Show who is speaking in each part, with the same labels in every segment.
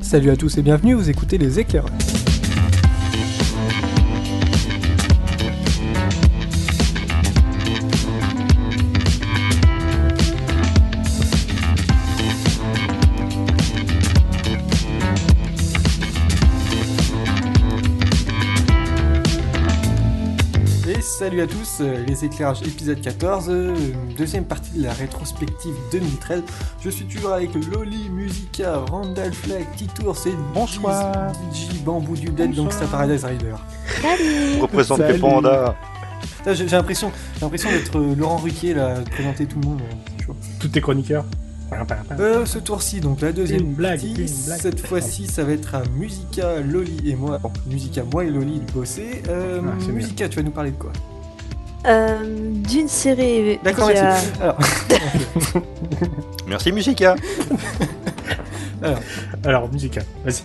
Speaker 1: Salut à tous et bienvenue, vous écoutez Les Éclaireurs. Et Salut à tous, euh, les éclairages épisode 14, euh, deuxième partie de la rétrospective 2013. Je suis toujours avec Loli, Musica, Randall Flag, Titours et
Speaker 2: Bonsoir.
Speaker 1: DJ Bambou du Dead, donc c'est Paradise Rider.
Speaker 3: représente
Speaker 2: Salut.
Speaker 3: les pandas.
Speaker 1: Putain, J'ai j'ai l'impression, j'ai l'impression d'être euh, Laurent Ruquier là, de présenter tout le monde. euh, tu vois.
Speaker 2: Tous tes chroniqueurs.
Speaker 1: Euh, ce tour-ci, donc la deuxième
Speaker 2: Une blague,
Speaker 1: partie.
Speaker 2: une blague.
Speaker 1: Cette fois-ci, ça va être à Musica, Loli et moi. Bon, Musica, moi et Loli de bosser. Euh,
Speaker 2: Ah, c'est bien.
Speaker 1: Musica, tu vas nous parler de quoi
Speaker 4: Euh, D'une série.
Speaker 1: D'accord,
Speaker 4: qui a-
Speaker 1: merci. Alors,
Speaker 3: Merci Musica.
Speaker 2: Alors, musical. Vas-y.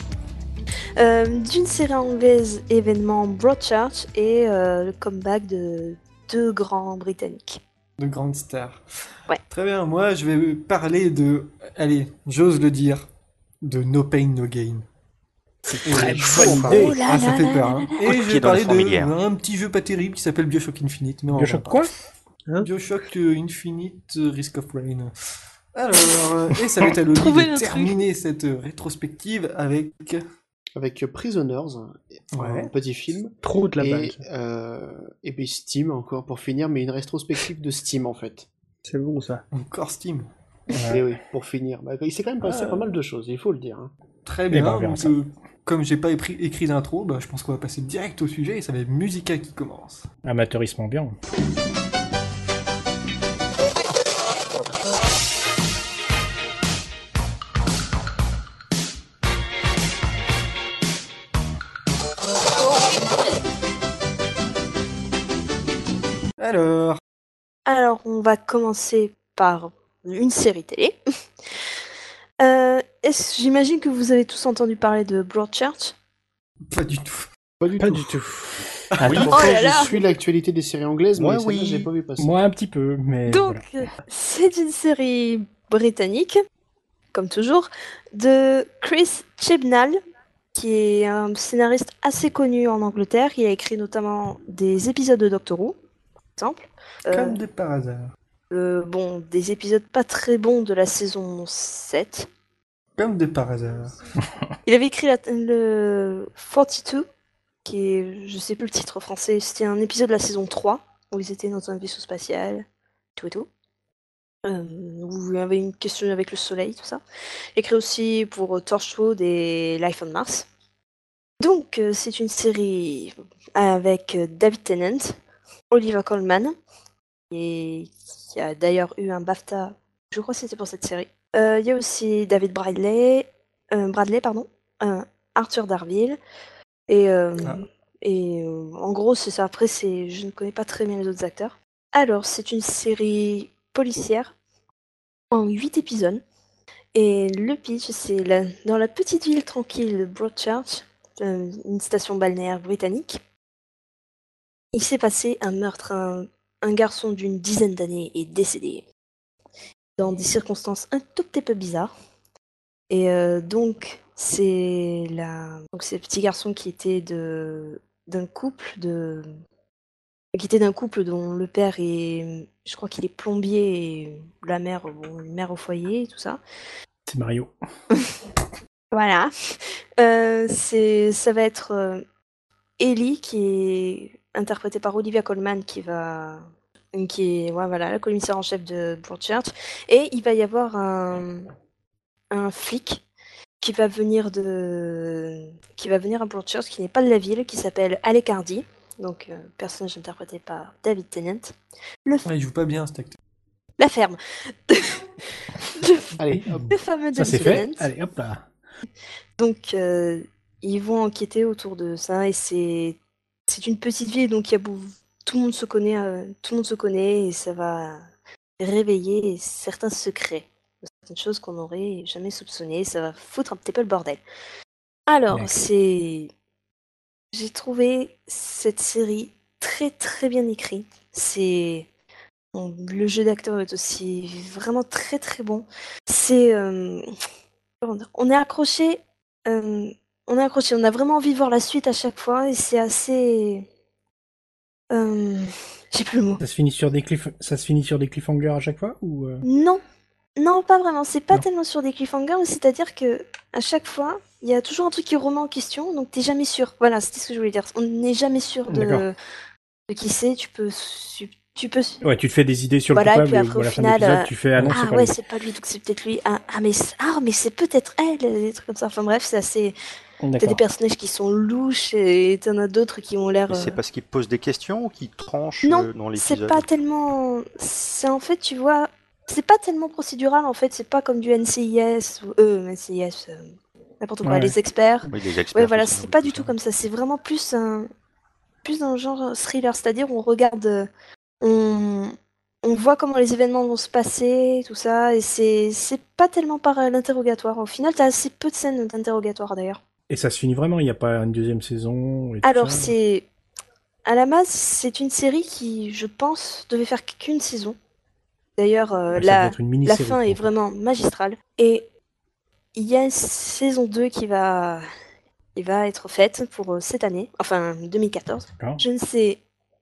Speaker 4: euh, D'une série anglaise événement Broadchurch et euh, le comeback de deux grands britanniques.
Speaker 1: de grande star.
Speaker 4: Ouais.
Speaker 1: Très bien, moi je vais parler de. Allez, j'ose le dire, de No Pain, No Gain. C'est
Speaker 3: très
Speaker 2: bon.
Speaker 4: Oh là
Speaker 1: ça
Speaker 4: là
Speaker 1: fait
Speaker 4: là
Speaker 1: peur.
Speaker 4: là
Speaker 1: hein.
Speaker 3: là.
Speaker 1: Et je vais
Speaker 3: Qui est dans le
Speaker 1: parler de
Speaker 3: fourmilière.
Speaker 1: un petit jeu pas terrible qui s'appelle Bioshock Infinite. Mais on va en
Speaker 2: Bioshock
Speaker 1: parler.
Speaker 2: quoi Hein
Speaker 1: Bioshock euh, Infinite euh, Risk of Rain. Alors, euh, et ça va être à Loli
Speaker 4: Trouvez
Speaker 1: de
Speaker 4: le truc.
Speaker 1: terminer cette euh, rétrospective avec.
Speaker 5: avec Prisoners,
Speaker 1: Ouais.
Speaker 5: un petit film.
Speaker 2: Trop de la
Speaker 5: et,
Speaker 2: banque.
Speaker 5: euh, et puis Steam encore pour finir, mais une rétrospective de Steam en fait.
Speaker 2: C'est bon ça.
Speaker 1: Encore Steam.
Speaker 5: Et oui, pour finir. Bah, il s'est quand même passé
Speaker 4: Ah.
Speaker 5: pas mal de choses, il faut le dire. hein.
Speaker 1: Très
Speaker 2: ben,
Speaker 1: bien.
Speaker 2: on verra
Speaker 1: donc,
Speaker 2: ça.
Speaker 1: euh, comme j'ai pas épri- écrit d'intro, bah, je pense qu'on va passer direct au sujet et ça va être Musica qui commence.
Speaker 2: Amateurisme ambiant.
Speaker 1: Alors,
Speaker 4: Alors, on va commencer par une série télé. Euh, est-ce- J'imagine que vous avez tous entendu parler de Broadchurch.
Speaker 1: pas du tout.
Speaker 5: Pas du
Speaker 2: Pas
Speaker 5: tout.
Speaker 2: du tout.
Speaker 5: Pourtant,
Speaker 4: Oh là là.
Speaker 5: je suis l'actualité des séries anglaises, mais
Speaker 3: Moi,
Speaker 5: celle-là,
Speaker 3: oui.
Speaker 5: j'ai pas vu passer.
Speaker 2: Moi un petit peu, mais.
Speaker 4: Donc,
Speaker 2: voilà.
Speaker 4: euh, c'est une série britannique, comme toujours, de Chris Chibnall, qui est un scénariste assez connu en Angleterre. Il a écrit notamment des épisodes de Doctor Who, par exemple. Euh,
Speaker 1: Comme de par hasard.
Speaker 4: euh, bon, des épisodes pas très bons de la saison 7.
Speaker 1: Comme de par hasard.
Speaker 4: Il avait écrit la- le 42, qui est, je sais plus le titre français, c'était un épisode de la saison 3, où ils étaient dans un vaisseau spatial, tout et tout. Euh, où il y avait une question avec le soleil, tout ça. Écrit aussi pour Torchwood et Life on Mars. Donc, euh, c'est une série avec euh, David Tennant, Oliver Coleman, et qui a d'ailleurs eu un BAFTA, je crois que c'était pour cette série. Euh, Il y a aussi David Bradley, euh, Bradley, pardon, euh, Arthur Darville. Et, euh,
Speaker 1: Ah.
Speaker 4: et euh, en gros, c'est ça. Après, c'est, je ne connais pas très bien les autres acteurs. Alors, c'est une série policière en 8 épisodes. Et le pitch, c'est la- dans la petite ville tranquille de Broadchurch, euh, une station balnéaire britannique, il s'est passé un meurtre. Un, un garçon d'une dizaine d'années est décédé dans des circonstances un tout petit peu bizarres. Et euh, donc, c'est la... donc c'est le petit garçon qui était de d'un couple de qui était d'un couple dont le père est je crois qu'il est plombier et la mère bon, une mère au foyer et tout ça.
Speaker 2: C'est Mario.
Speaker 4: Voilà. Euh, c'est ça va être euh, Ellie qui est interprétée par Olivia Colman qui va qui est ouais, voilà la commissaire en chef de Broadchurch et il va y avoir un un flic qui va venir de qui va venir à Broadchurch qui n'est pas de la ville qui s'appelle Alec Hardy donc euh, personnage interprété par David Tennant
Speaker 1: Ouais, Ah, il joue pas bien cet acteur.
Speaker 4: la ferme le,
Speaker 5: Allez, hop.
Speaker 4: le fameux
Speaker 2: Ça c'est
Speaker 4: David
Speaker 2: fait.
Speaker 4: Tennant
Speaker 2: Allez hop là.
Speaker 4: Donc, euh, ils vont enquêter autour de ça et c'est c'est une petite ville, donc il y a beau- tout le monde se connaît, euh, tout le monde se connaît et ça va réveiller certains secrets, certaines choses qu'on n'aurait jamais soupçonnées. Ça va foutre un petit peu le bordel. Alors,
Speaker 2: D'accord.
Speaker 4: c'est j'ai trouvé cette série très très bien écrite. C'est bon, le jeu d'acteur est aussi vraiment très très bon. C'est euh, comment dire, on est accroché Euh, on est accroché, on a vraiment envie de voir la suite à chaque fois et c'est assez. Euh, J'ai plus le mot.
Speaker 2: Ça se finit sur des cliff... ça se finit sur des cliffhangers à chaque fois ou euh,
Speaker 4: Non, non, pas vraiment. C'est pas
Speaker 2: Non.
Speaker 4: tellement sur des cliffhangers, mais c'est-à-dire que à chaque fois, il y a toujours un truc qui remet en question, donc t'es jamais sûr. Voilà, c'était ce que je voulais dire. On n'est jamais sûr de,
Speaker 2: D'accord.
Speaker 4: de qui c'est. Tu peux, su- tu peux. su-
Speaker 2: Ouais, tu te fais des idées sur
Speaker 4: Voilà, et
Speaker 2: le
Speaker 4: puis
Speaker 2: coupable
Speaker 4: après,
Speaker 2: ou à
Speaker 4: au
Speaker 2: la fin de
Speaker 4: final,
Speaker 2: l'épisode,
Speaker 4: euh,
Speaker 2: tu fais ah non, c'est
Speaker 4: ah
Speaker 2: pas
Speaker 4: ouais,
Speaker 2: lui.
Speaker 4: c'est pas lui, donc c'est peut-être lui. Ah, ah, mais c'est- ah mais c'est peut-être elle. Des trucs comme ça. Enfin bref, c'est assez. T'as des
Speaker 2: D'accord.
Speaker 4: personnages qui sont louches et t'en as d'autres qui ont l'air.
Speaker 3: Et c'est
Speaker 4: euh,
Speaker 3: parce qu'il pose des questions ou qu'il tranche
Speaker 4: Non,
Speaker 3: euh, dans
Speaker 4: C'est
Speaker 3: l'épisode
Speaker 4: pas tellement. C'est en fait, tu vois, c'est pas tellement procédural en fait, c'est pas comme du NCIS ou euh, NCIS, euh, n'importe quoi,
Speaker 2: Ouais,
Speaker 4: les experts.
Speaker 3: Oui, des experts
Speaker 4: Ouais, voilà,
Speaker 3: qui sont
Speaker 4: c'est pas
Speaker 3: dans
Speaker 4: du
Speaker 3: tout
Speaker 4: tout
Speaker 3: ça.
Speaker 4: comme ça, c'est vraiment plus un. plus dans le genre thriller, c'est-à-dire on regarde. euh, On... on voit comment les événements vont se passer, tout ça, et c'est c'est pas tellement par euh, l'interrogatoire. Au final, t'as assez peu de scènes d'interrogatoire d'ailleurs.
Speaker 2: Et ça se finit vraiment, il n'y a pas une deuxième saison et tout
Speaker 4: Alors,
Speaker 2: ça
Speaker 4: c'est. À la base, c'est une série qui, je pense, devait faire qu'une saison. D'ailleurs,
Speaker 2: Ouais,
Speaker 4: euh,
Speaker 2: ça doit
Speaker 4: la,
Speaker 2: être une
Speaker 4: la
Speaker 2: mini-série,
Speaker 4: fin
Speaker 2: quoi.
Speaker 4: est vraiment magistrale. Et il y a une saison 2 qui va, qui va être faite pour euh, cette année, enfin 2014.
Speaker 2: D'accord.
Speaker 4: Je ne sais.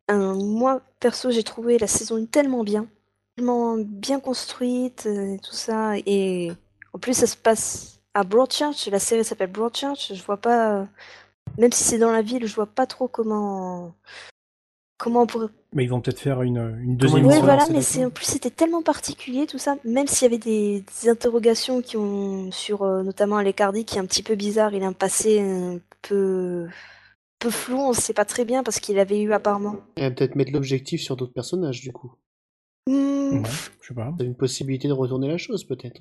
Speaker 4: un- moi, perso, j'ai trouvé la saison 1 tellement bien. Tellement bien construite, euh, tout ça. Et en plus, ça se passe à Broadchurch. La série s'appelle Broadchurch. Je vois pas. euh, Même si c'est dans la ville, je vois pas trop comment. Comment on pourrait.
Speaker 2: Mais ils vont peut-être faire une, une
Speaker 1: Comment ils
Speaker 2: deuxième
Speaker 1: vont
Speaker 4: Ouais,
Speaker 1: se
Speaker 2: saison.
Speaker 4: voilà,
Speaker 1: lancer
Speaker 4: mais
Speaker 1: là-dedans.
Speaker 4: c'est en plus c'était tellement particulier tout ça, même s'il y avait des, des interrogations qui ont sur euh, notamment Lecardi qui est un petit peu bizarre, il a un passé un peu peu flou, on sait pas très bien parce qu'il avait eu apparemment.
Speaker 5: Et peut-être mettre l'objectif sur d'autres personnages, du coup.
Speaker 4: Hmm,
Speaker 2: Ouais, je sais pas.
Speaker 5: C'est une possibilité de retourner la chose, peut-être.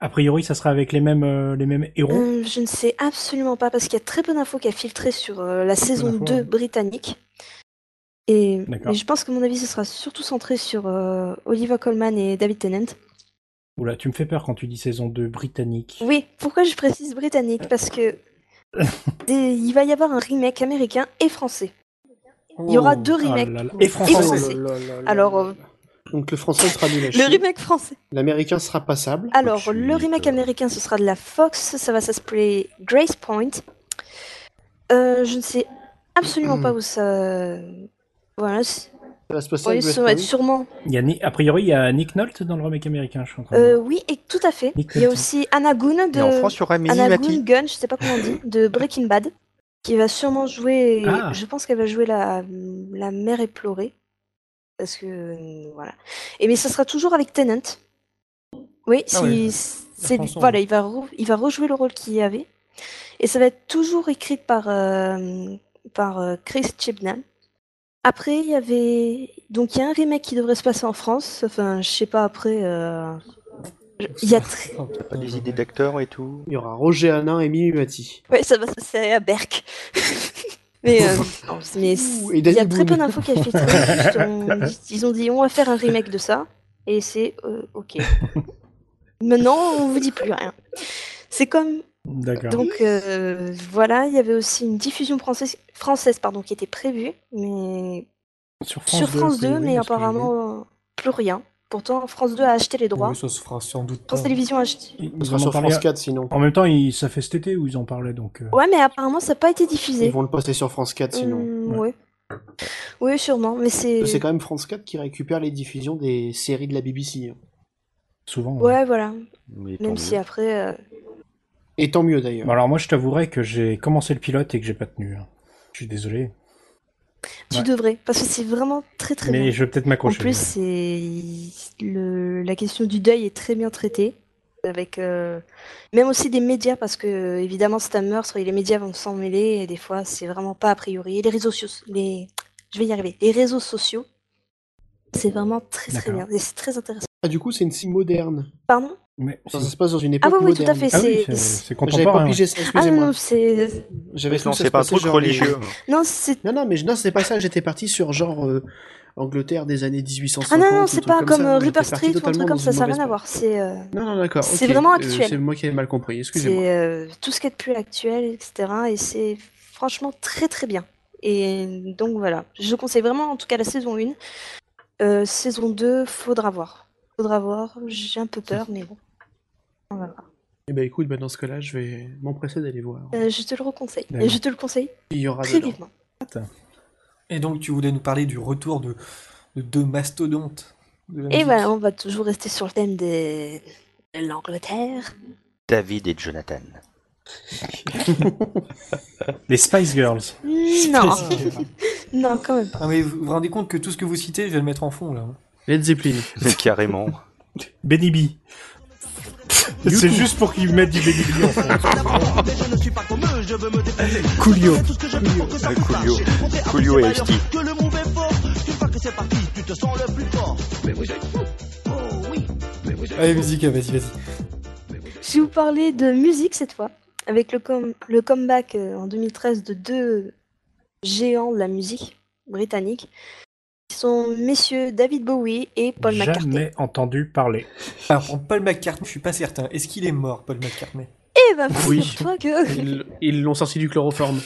Speaker 2: A priori, ça sera avec les mêmes, euh, les mêmes héros.
Speaker 4: euh, je ne sais absolument pas parce qu'il y a très peu d'infos qui a filtré sur euh, la saison
Speaker 2: d'infos,
Speaker 4: 2
Speaker 2: ouais.
Speaker 4: britannique. Et
Speaker 2: D'accord.
Speaker 4: mais je pense que mon avis ce sera surtout centré sur euh, Oliva Coleman et David Tennant.
Speaker 2: Oula, tu me fais peur quand tu dis saison 2 britannique.
Speaker 4: Oui, pourquoi je précise britannique Parce que des- il va y avoir un remake américain et français. Il y
Speaker 1: Oh.
Speaker 4: aura deux
Speaker 2: Ah
Speaker 4: remakes.
Speaker 2: là là.
Speaker 1: Et
Speaker 5: Oh
Speaker 4: Et
Speaker 1: français.
Speaker 4: français. Alors, euh,
Speaker 5: Donc le français sera nul à
Speaker 4: Le
Speaker 5: chier,
Speaker 4: remake français.
Speaker 5: l'américain sera passable.
Speaker 4: Alors,
Speaker 3: tu-
Speaker 4: le remake
Speaker 3: euh,
Speaker 4: américain, ce sera de la Fox. Ça va s'appeler Grace Point. Euh, je ne sais absolument pas où ça. Voilà. c'est-
Speaker 5: Ça va se passer
Speaker 4: ouais,
Speaker 5: avec
Speaker 4: ça
Speaker 5: Westworld.
Speaker 4: va être sûrement.
Speaker 2: Il y a, Ni- a priori, il y a Nick Nolte dans le remake américain, je suis en train de
Speaker 4: Euh, oui, et tout à fait. Il y a
Speaker 2: Nickel.
Speaker 4: aussi Anna Goon de.
Speaker 3: Et en France, il y aura Amélie
Speaker 4: Anna
Speaker 3: Mathy.
Speaker 4: Goon Gunn, je sais pas comment on dit, de Breaking Bad, qui va sûrement jouer.
Speaker 2: Ah.
Speaker 4: Je pense qu'elle va jouer la, la mère éplorée. Parce que. euh, Voilà. Et mais ça sera toujours avec Tennant. Oui,
Speaker 1: Ah
Speaker 4: si-
Speaker 1: oui,
Speaker 4: c'est,
Speaker 1: chanson,
Speaker 4: voilà,
Speaker 1: oui.
Speaker 4: il va, re- il va rejouer le rôle qu'il y avait. Et ça va être toujours écrit par, euh, par euh, Chris Chibnall. Après, il y avait. Donc, il y a un remake qui devrait se passer en France. Enfin, je sais pas après. euh, je- Il y a très-
Speaker 1: Oh,
Speaker 3: Pas
Speaker 1: putain,
Speaker 3: des
Speaker 1: j'en
Speaker 3: idées
Speaker 1: ai-
Speaker 3: d'acteurs et tout.
Speaker 5: Il y aura Roger Hanin et Mimi Mati.
Speaker 4: Ouais, ça va c'est à Berck. mais euh, non, mais
Speaker 5: Ouh,
Speaker 4: c-
Speaker 5: et
Speaker 4: il y a
Speaker 5: Danny
Speaker 4: très peu
Speaker 5: Boone.
Speaker 4: d'infos qui a filtré. juste, on- ils ont dit on va faire un remake de ça et c'est euh, ok. Maintenant on vous dit plus rien. C'est comme
Speaker 2: D'accord.
Speaker 4: donc euh, voilà, il y avait aussi une diffusion française, française pardon, qui était prévue, mais sur France 2,
Speaker 2: a priori, de ce
Speaker 4: mais
Speaker 2: que j'ai vu.
Speaker 4: apparemment euh, plus rien. Pourtant France 2 a acheté les droits.
Speaker 1: Oui, ça se fera sans doute pas.
Speaker 4: France Télévisions a acheté.
Speaker 2: Ils-
Speaker 5: Ce
Speaker 2: ils
Speaker 5: sera
Speaker 2: en ont
Speaker 5: sur
Speaker 2: parlé-
Speaker 5: France 4 sinon.
Speaker 2: En même temps, il- ça fait cet été où ils en parlaient, donc. euh,
Speaker 4: Ouais, mais apparemment ça n'a pas été diffusé.
Speaker 5: Ils vont le passer sur France 4 sinon.
Speaker 4: Hum, ouais. Oui, sûrement, mais c'est.
Speaker 5: C'est quand même France 4 qui récupère les diffusions des séries de la BBC. hein.
Speaker 2: Souvent. ouais.
Speaker 4: Ouais, voilà.
Speaker 3: Mais tant
Speaker 4: Même si
Speaker 3: mieux.
Speaker 4: après. euh,
Speaker 5: Et tant mieux d'ailleurs.
Speaker 2: Bon, alors moi, je t'avouerai que j'ai commencé le pilote et que j'ai pas tenu. hein. Je suis désolé.
Speaker 4: Tu
Speaker 2: Ouais.
Speaker 4: devrais, parce que c'est vraiment très très
Speaker 2: mais
Speaker 4: bien.
Speaker 2: je vais peut-être
Speaker 4: En
Speaker 2: m'accrocher.
Speaker 4: plus, c'est le... la question du deuil est très bien traitée, avec euh, même aussi des médias, parce que euh, évidemment c'est un meurtre et les médias vont s'en mêler et des fois c'est vraiment pas a priori. Et les réseaux sociaux, les... je vais y arriver, les réseaux sociaux, c'est vraiment très très
Speaker 2: D'accord.
Speaker 4: bien et c'est très intéressant.
Speaker 5: Ah, du coup, c'est une série moderne.
Speaker 4: Pardon
Speaker 2: Mais
Speaker 5: Ça,
Speaker 2: si-
Speaker 5: se passe dans une
Speaker 4: Ah
Speaker 5: époque
Speaker 4: oui, oui, tout
Speaker 5: moderne.
Speaker 4: à fait.
Speaker 2: Ah oui,
Speaker 4: c'est-
Speaker 2: c'est- c'est
Speaker 5: J'avais pas
Speaker 2: contemporain.
Speaker 5: pigé ça,
Speaker 4: Ah non,
Speaker 5: excusez-moi.
Speaker 4: non, c'est.
Speaker 5: J'avais
Speaker 3: Non,
Speaker 5: cru que ça
Speaker 3: c'est
Speaker 5: se
Speaker 3: pas un
Speaker 5: passait
Speaker 3: truc
Speaker 5: genre-
Speaker 3: religieux.
Speaker 4: Non, c'est.
Speaker 5: Non, non, mais je- non, c'est pas ça. J'étais parti sur genre euh, Angleterre des années
Speaker 4: Ah
Speaker 5: 1850.
Speaker 4: non, non,
Speaker 5: ou
Speaker 4: c'est
Speaker 5: truc
Speaker 4: pas comme
Speaker 5: ça.
Speaker 4: euh,
Speaker 5: J'étais
Speaker 4: Ripper
Speaker 5: parti
Speaker 4: Street ou un
Speaker 5: totalement
Speaker 4: truc comme
Speaker 5: dans
Speaker 4: ça,
Speaker 5: une
Speaker 4: ça n'a
Speaker 5: mauvaise
Speaker 4: rien à voir. C'est. euh,
Speaker 5: Non, non, d'accord.
Speaker 4: C'est
Speaker 5: ok.
Speaker 4: vraiment
Speaker 5: Euh,
Speaker 4: actuel.
Speaker 5: c'est moi qui ai mal compris, excusez-moi.
Speaker 4: C'est euh, tout ce qui est de plus actuel, etc. Et c'est franchement très très bien. Et donc voilà, je conseille vraiment en tout cas la saison 1. Euh, saison 2, faudra voir. Faudra voir, j'ai un peu peur, mais bon.
Speaker 5: Eh ben écoute, bah, dans ce cas-là, je vais m'empresser d'aller voir.
Speaker 4: Euh, je te le reconseille.
Speaker 2: D'accord.
Speaker 4: Je te le conseille
Speaker 5: Il y aura
Speaker 4: très
Speaker 5: dedans.
Speaker 4: vivement.
Speaker 1: Et donc, tu voulais nous parler du retour de de deux mastodontes. de la
Speaker 4: Et
Speaker 1: musique.
Speaker 4: voilà, on va toujours rester sur le thème des- de l'Angleterre.
Speaker 3: David et Jonathan.
Speaker 2: hein. Les Spice Girls.
Speaker 4: Non,
Speaker 1: Ah,
Speaker 4: non, quand même.
Speaker 1: Ah, mais vous vous rendez compte que tout ce que vous citez, je vais le mettre en fond là. hein.
Speaker 5: Led Zeppelin.
Speaker 3: Mais carrément.
Speaker 2: Benny B. C'est juste pour qu'ils mettent du Benny B en fond.
Speaker 6: Mais je ne suis pas comme eux, je veux me dépasser.
Speaker 2: Coolio.
Speaker 6: Tout ce que je peux pour que ça
Speaker 3: Euh,
Speaker 6: puisse
Speaker 3: Coolio.
Speaker 6: marcher. Montrer
Speaker 3: Coolio
Speaker 6: à
Speaker 3: et HT.
Speaker 6: tous ces bailleurs Que le move est fort. Une fois que c'est parti, tu te sens le plus fort. Mais vous êtes fous. Oh oui. Mais vous êtes
Speaker 1: Allez,
Speaker 6: fous.
Speaker 1: musique, vas-y, vas-y.
Speaker 4: Je vais vous parler de musique cette fois, avec le, com- le comeback euh, en 2013 de deux géants de la musique britannique, qui sont messieurs David Bowie et Paul McCartney.
Speaker 2: Jamais entendu parler.
Speaker 1: Alors, pour Paul McCartney, je suis pas certain. Est-ce qu'il est mort, Paul McCartney
Speaker 4: Eh ben,
Speaker 5: Oui.
Speaker 4: toi que...
Speaker 5: Ils ils l'ont sorti du chloroforme.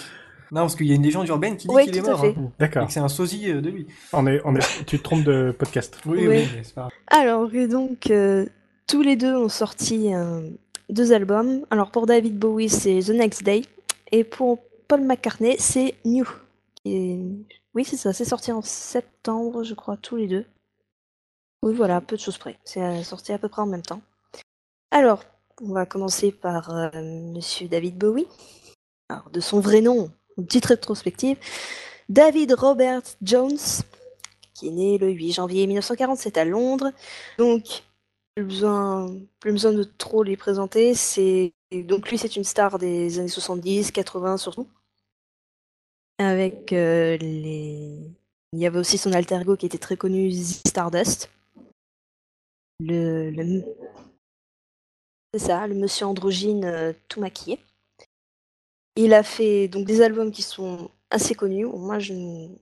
Speaker 1: Non, parce qu'il y a une légende urbaine qui dit
Speaker 4: Ouais,
Speaker 1: qu'il est
Speaker 4: tout à
Speaker 1: mort.
Speaker 4: fait.
Speaker 1: hein, et
Speaker 2: D'accord.
Speaker 1: que c'est un sosie euh, de lui.
Speaker 2: On est, on est, tu te trompes de podcast.
Speaker 1: Oui, oui,
Speaker 4: Ouais.
Speaker 1: mais c'est pas grave.
Speaker 4: Alors, et donc, euh, tous les deux ont sorti euh, deux albums. Alors, pour David Bowie, c'est The Next Day, et pour Paul McCartney, c'est New. qui est- Oui, c'est ça, c'est sorti en septembre, je crois, tous les deux. Oui, voilà, peu de choses près. C'est euh, sorti à peu près en même temps. Alors, on va commencer par euh, Monsieur David Bowie. Alors, de son vrai nom, une petite rétrospective. David Robert Jones, qui est né le 8 janvier 1947 à Londres. Donc, plus besoin, plus besoin de trop les présenter. C'est donc lui, c'est une star des années 70, 80 surtout. Avec euh, les, il y avait aussi son alter ego qui était très connu, Ziggy Stardust. Le, le- c'est ça, le monsieur androgyne euh, tout maquillé. Il a fait donc des albums qui sont assez connus. Moi, je, n-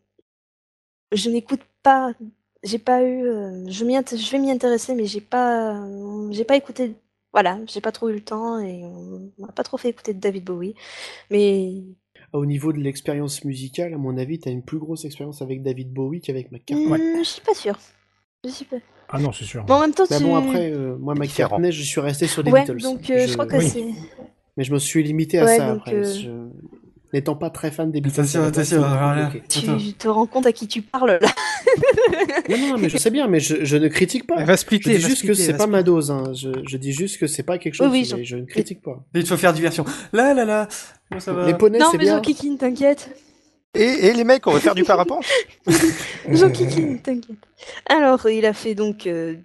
Speaker 4: je n'écoute pas j'ai pas eu euh, je m'y int- je vais m'y intéresser mais j'ai pas euh, j'ai pas écouté voilà j'ai pas trop eu le temps et on m'a pas trop fait écouter de David Bowie mais
Speaker 5: Au niveau de l'expérience musicale, à mon avis, t'as une plus grosse expérience avec David Bowie qu'avec McCartney.
Speaker 2: Ouais.
Speaker 4: Hmm, je suis pas sûre je suis pas
Speaker 2: Ah non, c'est sûr.
Speaker 4: mais en même temps
Speaker 5: Mais
Speaker 4: tu
Speaker 5: bon, après, euh, moi,
Speaker 3: Différent.
Speaker 5: McCartney, je suis resté sur les
Speaker 4: ouais
Speaker 5: Beatles. hein.
Speaker 4: donc euh, je... crois que
Speaker 5: oui.
Speaker 4: c'est
Speaker 5: Mais je me suis limité à
Speaker 4: Ouais,
Speaker 5: ça
Speaker 4: donc,
Speaker 5: après.
Speaker 4: euh,
Speaker 5: je- N'étant pas très fan des Beatles.
Speaker 1: Attention,
Speaker 5: à la base,
Speaker 1: attention,
Speaker 5: ça m'a
Speaker 1: alors là.
Speaker 5: bloqué.
Speaker 1: Attends.
Speaker 4: tu te rends compte à qui tu parles là
Speaker 5: Non, non, non, mais je sais bien, mais je, je ne critique pas.
Speaker 7: Elle va
Speaker 5: Je
Speaker 7: splitter.
Speaker 5: dis
Speaker 7: elle va
Speaker 5: juste que
Speaker 7: splitter,
Speaker 5: c'est
Speaker 7: elle
Speaker 5: pas
Speaker 7: va
Speaker 5: ma dose. hein. Je, je dis juste que c'est pas quelque chose.
Speaker 4: Oui, oui,
Speaker 5: mais je ne critique pas.
Speaker 1: Il faut faire diversion. Là, là, là. Bon, ça va.
Speaker 5: Les poneys,
Speaker 4: non
Speaker 5: c'est
Speaker 4: mais Jean
Speaker 5: bien.
Speaker 4: Kikine t'inquiète
Speaker 3: Et, et les mecs, on va faire du parapente
Speaker 4: Jean Kikine t'inquiète alors il a fait donc euh,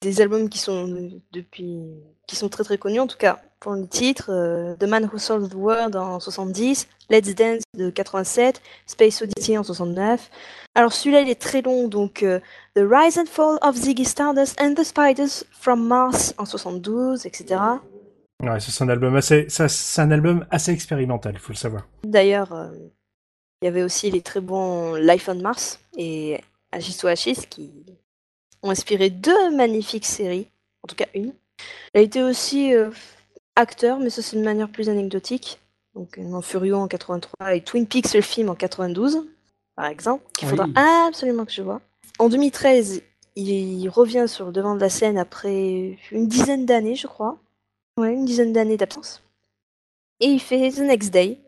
Speaker 4: des albums qui sont euh, depuis qui sont très très connus en tout cas pour les titres euh, The Man Who Sold the World en 70 Let's Dance de 87 Space Oddity en 69 alors celui-là il est très long donc euh, The Rise and Fall of Ziggy Stardust and the Spiders from Mars en 72 etc
Speaker 2: Ouais, ça, c'est un album assez, ça, c'est un album assez expérimental, faut le savoir.
Speaker 4: d'ailleurs euh, il y avait aussi les très bons Life on Mars et Agis ou Agis qui ont inspiré deux magnifiques séries, en tout cas une. Il a été aussi euh, acteur, mais ça c'est de manière plus anecdotique. Donc euh, dans Furio en 83 et Twin Peaks le film en 92, par exemple, qu'il faudra
Speaker 1: Oui.
Speaker 4: absolument que je vois. En 2013, il revient sur le devant de la scène après une dizaine d'années, je crois. Ouais, une dizaine d'années d'absence. Et il fait The Next Day.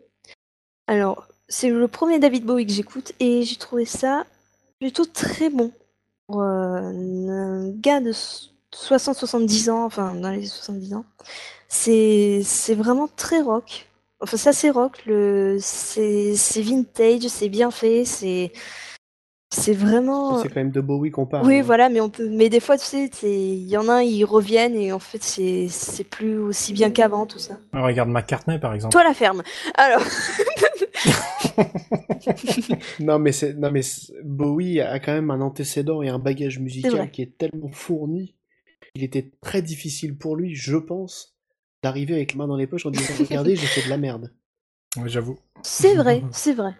Speaker 4: Alors, c'est le premier David Bowie que j'écoute et j'ai trouvé ça plutôt très bon pour euh, un gars de 60-70 ans, enfin dans les 70 ans, c'est c'est vraiment très rock. Enfin, ça c'est rock, le c'est c'est vintage, c'est bien fait, c'est c'est vraiment.
Speaker 5: C'est quand même de Bowie qu'on parle.
Speaker 4: Oui,
Speaker 5: hein.
Speaker 4: voilà, mais on peut. Mais des fois, tu sais, c'est- il y en a, ils reviennent et en fait, c'est c'est plus aussi bien qu'avant tout ça.
Speaker 2: Ah, regarde McCartney, par exemple.
Speaker 4: Toi, la ferme. Alors,
Speaker 5: Non, mais c'est non mais c'est- Bowie a quand même un antécédent et un bagage musical
Speaker 4: vrai.
Speaker 5: qui est tellement fourni. Il était très difficile pour lui, je pense, d'arriver avec les mains dans les poches en disant "Regardez, j'ai fait de la merde."
Speaker 2: Ouais, j'avoue.
Speaker 4: c'est vrai, c'est vrai.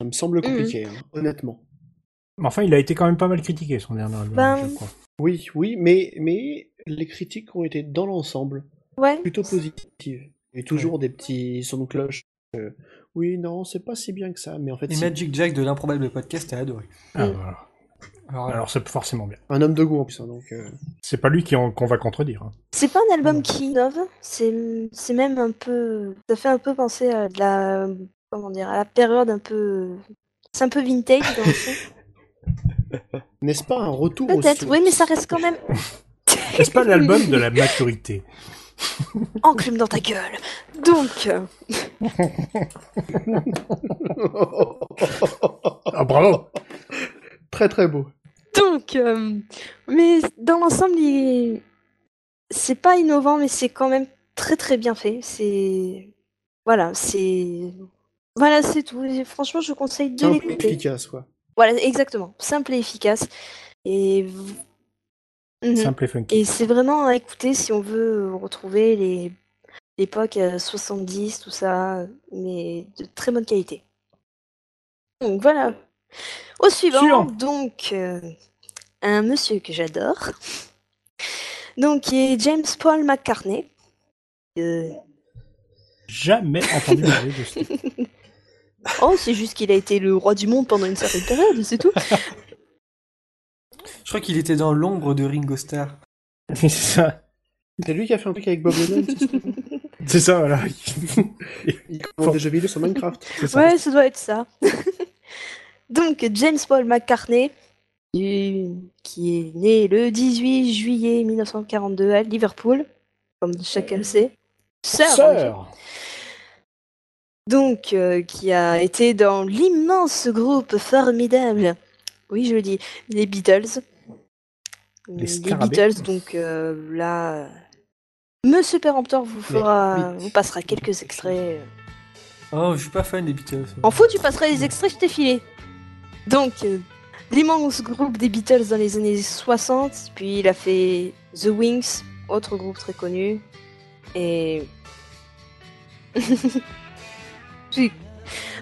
Speaker 5: Ça me
Speaker 4: Mm.
Speaker 5: semble compliqué, hein, honnêtement.
Speaker 2: Mais enfin, il a été quand même pas mal critiqué, son dernier album,
Speaker 4: Ben,
Speaker 2: je crois.
Speaker 5: Oui, oui, mais mais les critiques ont été dans l'ensemble
Speaker 4: Ouais.
Speaker 5: plutôt positives. Et toujours des petits sons de cloche. euh, oui, non, c'est pas si bien que ça, mais en fait,
Speaker 1: Et
Speaker 5: si.
Speaker 1: Magic Jack de l'improbable podcast a adoré.
Speaker 2: Ah,
Speaker 4: Mm.
Speaker 2: voilà.
Speaker 1: Alors,
Speaker 2: Alors, c'est forcément bien.
Speaker 5: un homme de goût en plus, hein, donc. euh,
Speaker 2: C'est pas lui qui en- qu'on va contredire. hein.
Speaker 4: C'est pas un album qui innove, c'est c'est même un peu. Ça fait un peu penser à de la. Comment dire À la période un peu. C'est un peu vintage dans le fond.
Speaker 5: N'est-ce pas un retour aux
Speaker 4: Peut-être, oui,
Speaker 5: sources
Speaker 4: mais ça reste quand même.
Speaker 2: N'est-ce pas l'album de la maturité
Speaker 4: Enclume dans ta gueule Donc, euh,
Speaker 2: Ah bravo
Speaker 5: Très très beau.
Speaker 4: donc, euh, mais dans l'ensemble, il- c'est pas innovant, mais c'est quand même très très bien fait. C'est voilà, c'est voilà, c'est tout. Et franchement, je conseille de
Speaker 5: Simple et
Speaker 4: l'écouter.
Speaker 5: efficace, quoi.
Speaker 4: Voilà, exactement, simple et efficace. Et v- Mhm.
Speaker 2: Simple et funky.
Speaker 4: Et c'est vraiment à écouter si on veut euh, retrouver les l'époque euh, 70, tout ça, mais de très bonne qualité. Donc voilà. Au suivant,
Speaker 2: Suivant.
Speaker 4: donc euh, un monsieur que j'adore, donc qui est James Paul McCartney. Euh,
Speaker 2: Jamais entendu parler de ce
Speaker 4: oh, c'est juste qu'il a été le roi du monde pendant une certaine période, c'est tout.
Speaker 1: Je crois qu'il était dans l'ombre de Ringo Starr.
Speaker 2: C'est ça.
Speaker 5: C'est lui qui a fait un truc avec Bob Lennon, c'est ça
Speaker 2: C'est ça, voilà.
Speaker 5: Il commande des jeux vidéo sur Minecraft.
Speaker 2: C'est ça.
Speaker 4: Ouais, ça doit être ça. Donc, James Paul McCartney, qui qui est né le 18 juillet 1942 à Liverpool, comme chacun le sait. Sir, en effet.
Speaker 2: Sœur
Speaker 4: Donc, euh, qui a été dans l'immense groupe formidable, oui, je le dis, les Beatles. Les,
Speaker 2: Scarabées.
Speaker 4: Beatles, donc euh, là, Monsieur Péremptor vous fera,
Speaker 5: oui.
Speaker 4: vous passera quelques extraits. euh,
Speaker 1: Oh, je suis pas fan des Beatles.
Speaker 4: En fou, tu passerais les extraits, je t'ai filé. Donc, euh, l'immense groupe des Beatles dans les années 60, puis il a fait The Wings, autre groupe très connu, et... J'ai-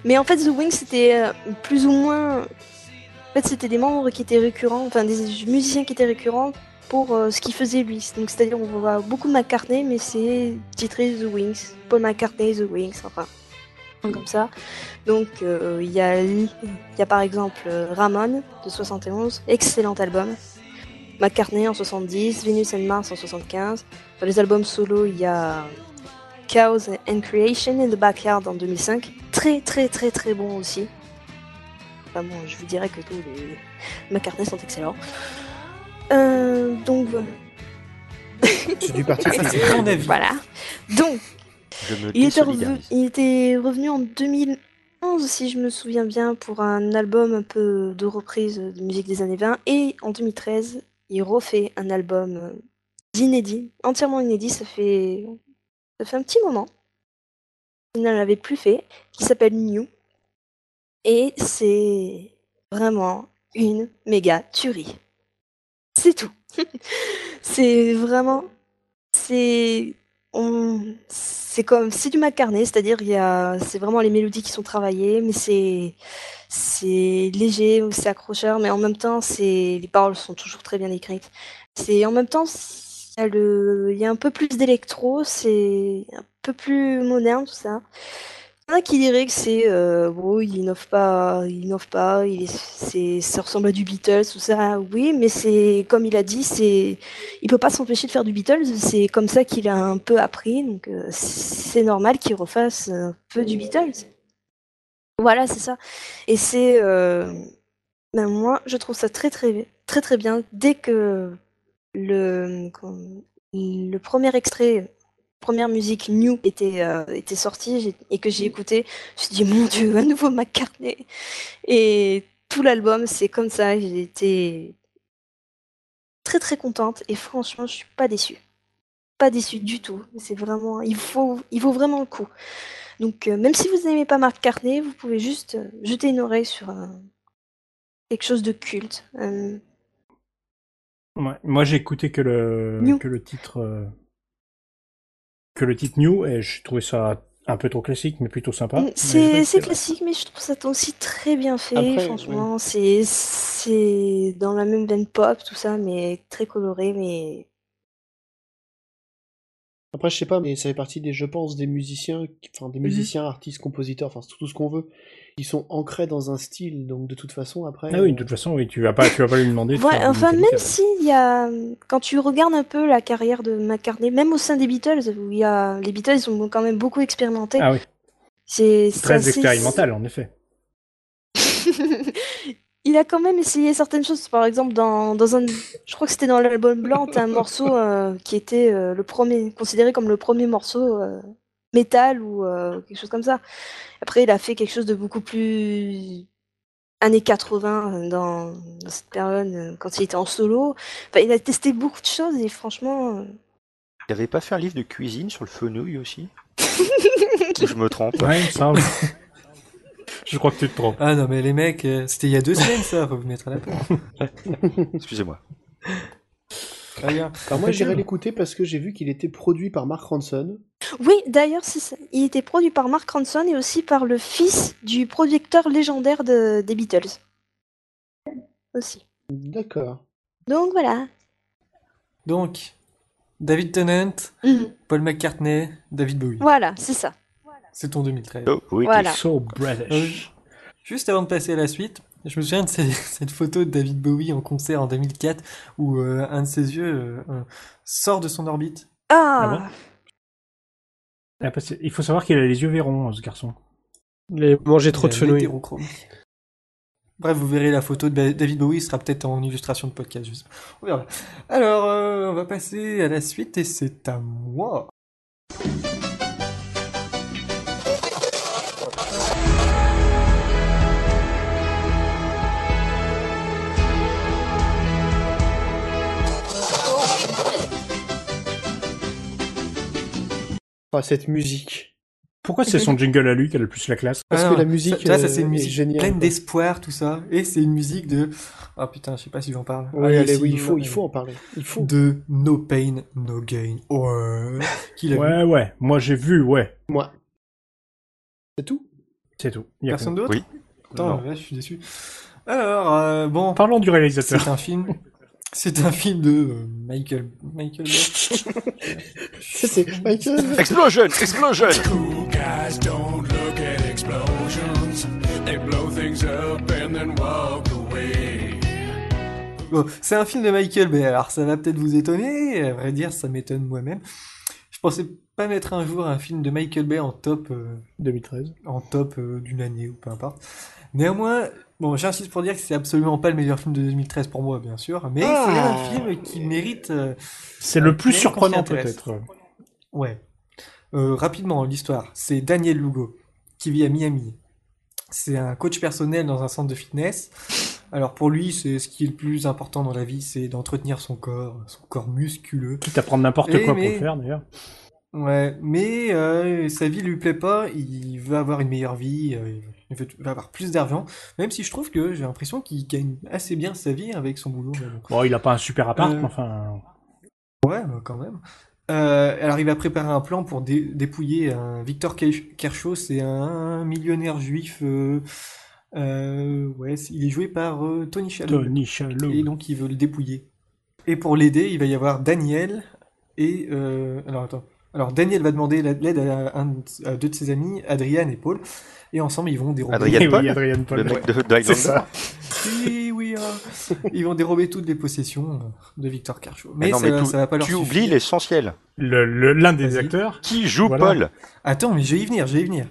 Speaker 4: Mais en fait, The Wings, c'était euh, plus ou moins... En fait, c'était des membres qui étaient récurrents, enfin des musiciens qui étaient récurrents pour euh, ce qu'il faisait lui. Donc, c'est-à-dire, on voit beaucoup McCartney, mais c'est titré The Wings. Paul McCartney, The Wings, enfin... Comme ça. Donc euh, il y, a, il y a par exemple euh, Ramon de 71, excellent album. McCartney en 70, Venus and Mars en 75. Dans les albums solo, il y a Chaos and Creation in the Backyard en 2005. Très très très très bon aussi. Enfin bon, je vous dirais que tous les McCartney sont excellents. Euh, donc voilà.
Speaker 5: C'est du parti.
Speaker 1: Ça, c'est ton avis.
Speaker 4: voilà. Donc
Speaker 3: Je me
Speaker 4: il était, revenu,
Speaker 3: désolidarise.
Speaker 4: il était revenu en 2011, si je me souviens bien, pour un album un peu de reprise de musique des années 20. Et en 2013, il refait un album euh, d'inédit, entièrement inédit. Ça fait, ça fait un petit moment. Il ne l'avait plus fait, qui s'appelle New. Et c'est vraiment une méga tuerie. C'est tout. c'est vraiment. C'est on- c'est comme c'est du macarné, c'est-à-dire il y a c'est vraiment les mélodies qui sont travaillées, mais c'est c'est léger, c'est accrocheur, mais en même temps c'est les paroles sont toujours très bien écrites. C'est en même temps il y a le il y a un peu plus d'électro, c'est un peu plus moderne tout ça. Il y en a qui diraient que c'est euh, bon, il innove pas, il innove pas, il est- c'est ça ressemble à du Beatles tout ça. Oui, mais c'est comme il a dit, c'est il peut pas s'empêcher de faire du Beatles, c'est comme ça qu'il a un peu appris, donc euh, c'est normal qu'il refasse un peu du Beatles. Voilà, c'est ça. Et c'est, euh, ben, moi, je trouve ça très très très très bien. Dès que le qu'on- le premier extrait, première musique New était euh, était sortie j'ai- et que j'ai écouté, je me suis dit mon Dieu, à nouveau McCartney. Et tout l'album, c'est comme ça. J'ai été très très contente et franchement je suis pas déçue. Pas déçue du tout. C'est vraiment. Il faut il vaut vraiment le coup. Donc euh, même si vous n'aimez pas Marc Carnet, vous pouvez juste euh, jeter une oreille sur un- quelque chose de culte. Euh,
Speaker 2: Ouais, Moi, j'ai écouté que le,
Speaker 4: New.
Speaker 2: que le titre, euh, que le titre New, et je trouvais ça un peu trop classique, mais plutôt sympa. Mais je
Speaker 4: c'est
Speaker 2: vais-
Speaker 4: c'est classique, mais je trouve ça aussi très bien fait,
Speaker 5: Après,
Speaker 4: franchement. C'est c'est dans la même veine pop, tout ça, mais très coloré, mais
Speaker 5: Après, je sais pas, mais ça fait partie des, je pense, des musiciens, qui- enfin des musiciens, artistes, compositeurs, enfin tout ce qu'on veut. Ils sont ancrés dans un style, donc de toute façon, après.
Speaker 2: Ah oui, de
Speaker 5: euh,
Speaker 2: toute façon, oui, tu vas pas, tu vas pas lui demander. de
Speaker 4: Ouais,
Speaker 2: faire une
Speaker 4: enfin, même
Speaker 2: Metallica.
Speaker 4: s'il y a. Quand tu regardes un peu la carrière de McCartney, même au sein des Beatles, où il y a. Les Beatles ont quand même beaucoup expérimenté.
Speaker 2: Ah oui,
Speaker 4: C'est c'est
Speaker 2: très
Speaker 4: assez-
Speaker 2: expérimental, en effet.
Speaker 4: il a quand même essayé certaines choses. Par exemple, dans, dans un. Je crois que c'était dans l'album blanc, t'as un morceau euh, qui était euh, le premier. considéré comme le premier morceau euh, métal ou euh, quelque chose comme ça. Après, il a fait quelque chose de beaucoup plus. années 80 euh, dans, dans cette période, euh, quand il était en solo. Enfin, il a testé beaucoup de choses et franchement. euh,
Speaker 3: Il avait pas fait un livre de cuisine sur le fenouil aussi Ou
Speaker 4: euh,
Speaker 3: Je me trompe.
Speaker 2: Ouais, il me semble. Je crois que tu te trompes.
Speaker 1: Ah non, mais les mecs, euh, c'était il y a deux semaines ça, faut vous mettre à la page.
Speaker 3: Excusez-moi.
Speaker 1: Très bien.
Speaker 5: Alors moi, j'irai l'écouter parce que j'ai vu qu'il était produit par Mark Ronson.
Speaker 4: Oui, d'ailleurs, c'est ça. il était produit par Mark Ronson et aussi par le fils du producteur légendaire de- des Beatles. Aussi.
Speaker 5: D'accord.
Speaker 4: Donc voilà.
Speaker 1: Donc, David Tennant,
Speaker 4: Mhm.
Speaker 1: Paul McCartney, David Bowie.
Speaker 4: Voilà, c'est ça.
Speaker 1: C'est ton 2013.
Speaker 3: Oh, oui,
Speaker 4: Voilà.
Speaker 2: So British.
Speaker 1: Euh, Juste avant de passer à la suite, je me souviens de ces- cette photo de David Bowie en concert en 2004 où euh, un de ses yeux euh, euh, sort de son orbite.
Speaker 4: Ah,
Speaker 2: Ah, parce que Il faut savoir qu'il a les yeux verrons, ce garçon.
Speaker 7: Il a mangé trop de
Speaker 1: Euh,
Speaker 7: fenouil.
Speaker 1: l'hétérochrome. Bref, vous verrez la photo de Ba- David Bowie, il sera peut-être en illustration de podcast. je sais pas. On verra. Alors, euh, on va passer à la suite et c'est à moi.
Speaker 5: Enfin, cette musique.
Speaker 2: Pourquoi c'est son jingle à lui qui a le plus la classe
Speaker 5: Parce
Speaker 1: Ah
Speaker 5: que
Speaker 1: non,
Speaker 5: la musique,
Speaker 1: ça, ça,
Speaker 5: euh,
Speaker 1: c'est une
Speaker 5: est
Speaker 1: musique
Speaker 5: géniale,
Speaker 1: pleine
Speaker 5: quoi.
Speaker 1: d'espoir, tout ça. Et c'est une musique de. Ah putain, je sais pas si j'en parle.
Speaker 5: Oui, allez, oui,
Speaker 1: si,
Speaker 5: il faut,
Speaker 1: euh,
Speaker 5: il faut en parler. Il faut.
Speaker 1: De No Pain, No Gain. Ouais. Qu'il a vu.
Speaker 2: Ouais, ouais. Moi, j'ai vu, ouais.
Speaker 5: Moi. C'est tout.
Speaker 2: C'est tout. Il y a
Speaker 1: Personne d'autre
Speaker 3: Oui.
Speaker 1: Putain,
Speaker 3: Non.
Speaker 1: là, je suis déçu. Alors, euh, bon,
Speaker 2: que- Parlons du réalisateur.
Speaker 1: c'est un film. C'est un film de euh, Michael. Michael Bay.
Speaker 5: C'est Michael.
Speaker 3: Explosion Explosion
Speaker 8: Cool guys don't look at explosions. They blow things up and then walk away.
Speaker 1: Bon, c'est un film de Michael Bay, alors ça va peut-être vous étonner, à vrai dire, ça m'étonne moi-même. Je pensais pas mettre un jour un film de Michael Bay en top, euh,
Speaker 5: 2013.
Speaker 1: en top euh, d'une année ou peu importe. Néanmoins, bon, j'insiste pour dire que c'est absolument pas le meilleur film de 2013 pour moi, bien sûr, mais
Speaker 5: Ah.
Speaker 1: c'est un film qui mérite. euh,
Speaker 2: C'est le plus
Speaker 1: Mais qu'on s'y
Speaker 2: surprenant,
Speaker 1: intéresse.
Speaker 2: peut-être.
Speaker 1: Ouais. Euh, rapidement, l'histoire. C'est Daniel Lugo qui vit à Miami. C'est un coach personnel dans un centre de fitness. Alors pour lui, c'est ce qui est le plus important dans la vie, c'est d'entretenir son corps, son corps musculeux.
Speaker 2: Quitte à prendre n'importe
Speaker 1: Eh,
Speaker 2: quoi pour
Speaker 1: mais-
Speaker 2: le faire, d'ailleurs.
Speaker 1: Ouais, mais euh, sa vie lui plaît pas, il veut avoir une meilleure vie, euh, il veut il veut avoir plus d'argent, même si je trouve que j'ai l'impression qu'il gagne assez bien sa vie avec son boulot. mais bon.
Speaker 2: Bon, il a pas un super appart,
Speaker 1: Euh,
Speaker 2: mais enfin.
Speaker 1: Ouais, bah, quand même. Euh, alors, il va préparer un plan pour dé- dépouiller un Victor Ke- Kershaw, c'est un millionnaire juif. euh, euh, ouais, c'est- il est joué par euh, Tony Shalhoub.
Speaker 2: Tony Shalhoub.
Speaker 1: Et donc, il veut le dépouiller. Et pour l'aider, il va y avoir Daniel et. euh, alors, attends. Alors, Daniel va demander la- l'aide à, un de- à deux de ses amis, Adrian et Paul, et ensemble, ils vont dérober.
Speaker 3: Adrian
Speaker 2: Eh oui,
Speaker 3: Paul
Speaker 2: Adrian
Speaker 3: Le
Speaker 2: Paul.
Speaker 3: mec de de
Speaker 2: C'est
Speaker 3: Highlander
Speaker 2: ça.
Speaker 1: Oui, oui, hein. Ils vont dérober toutes les possessions de Victor Kershaw. Mais,
Speaker 3: Mais non,
Speaker 1: ça,
Speaker 3: mais tout-
Speaker 1: ça va pas leur
Speaker 3: Tu
Speaker 1: suffire.
Speaker 3: oublies l'essentiel.
Speaker 2: Le- le- L'un des
Speaker 1: Vas-y.
Speaker 2: acteurs.
Speaker 3: Qui joue
Speaker 2: Voilà.
Speaker 3: Paul
Speaker 1: Attends, mais je vais y venir, je vais y venir.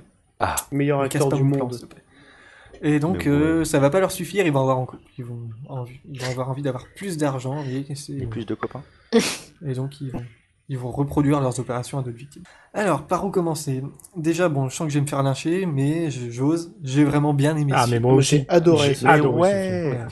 Speaker 5: Meilleur
Speaker 1: Ne casse
Speaker 5: acteur
Speaker 1: pas
Speaker 5: du
Speaker 1: mon plan,
Speaker 5: monde.
Speaker 1: s'il te plaît. Et donc,
Speaker 3: Mais
Speaker 1: euh, ça va pas leur suffire, ils vont avoir, enco- ils vont envie, ils vont avoir envie d'avoir plus d'argent, et, c'est-
Speaker 3: Et plus de copains.
Speaker 1: et donc ils vont, ils vont reproduire leurs opérations à d'autres victimes. Alors, par où commencer Déjà, bon, je sens que je vais me faire lyncher, mais je- j'ose, j'ai vraiment bien aimé
Speaker 2: Ah,
Speaker 1: ce
Speaker 2: mais
Speaker 1: film.
Speaker 2: moi
Speaker 5: Moi,
Speaker 2: aussi.
Speaker 5: j'ai adoré
Speaker 2: J'ai
Speaker 5: ce-
Speaker 2: adoré ce
Speaker 3: Ouais.
Speaker 2: film.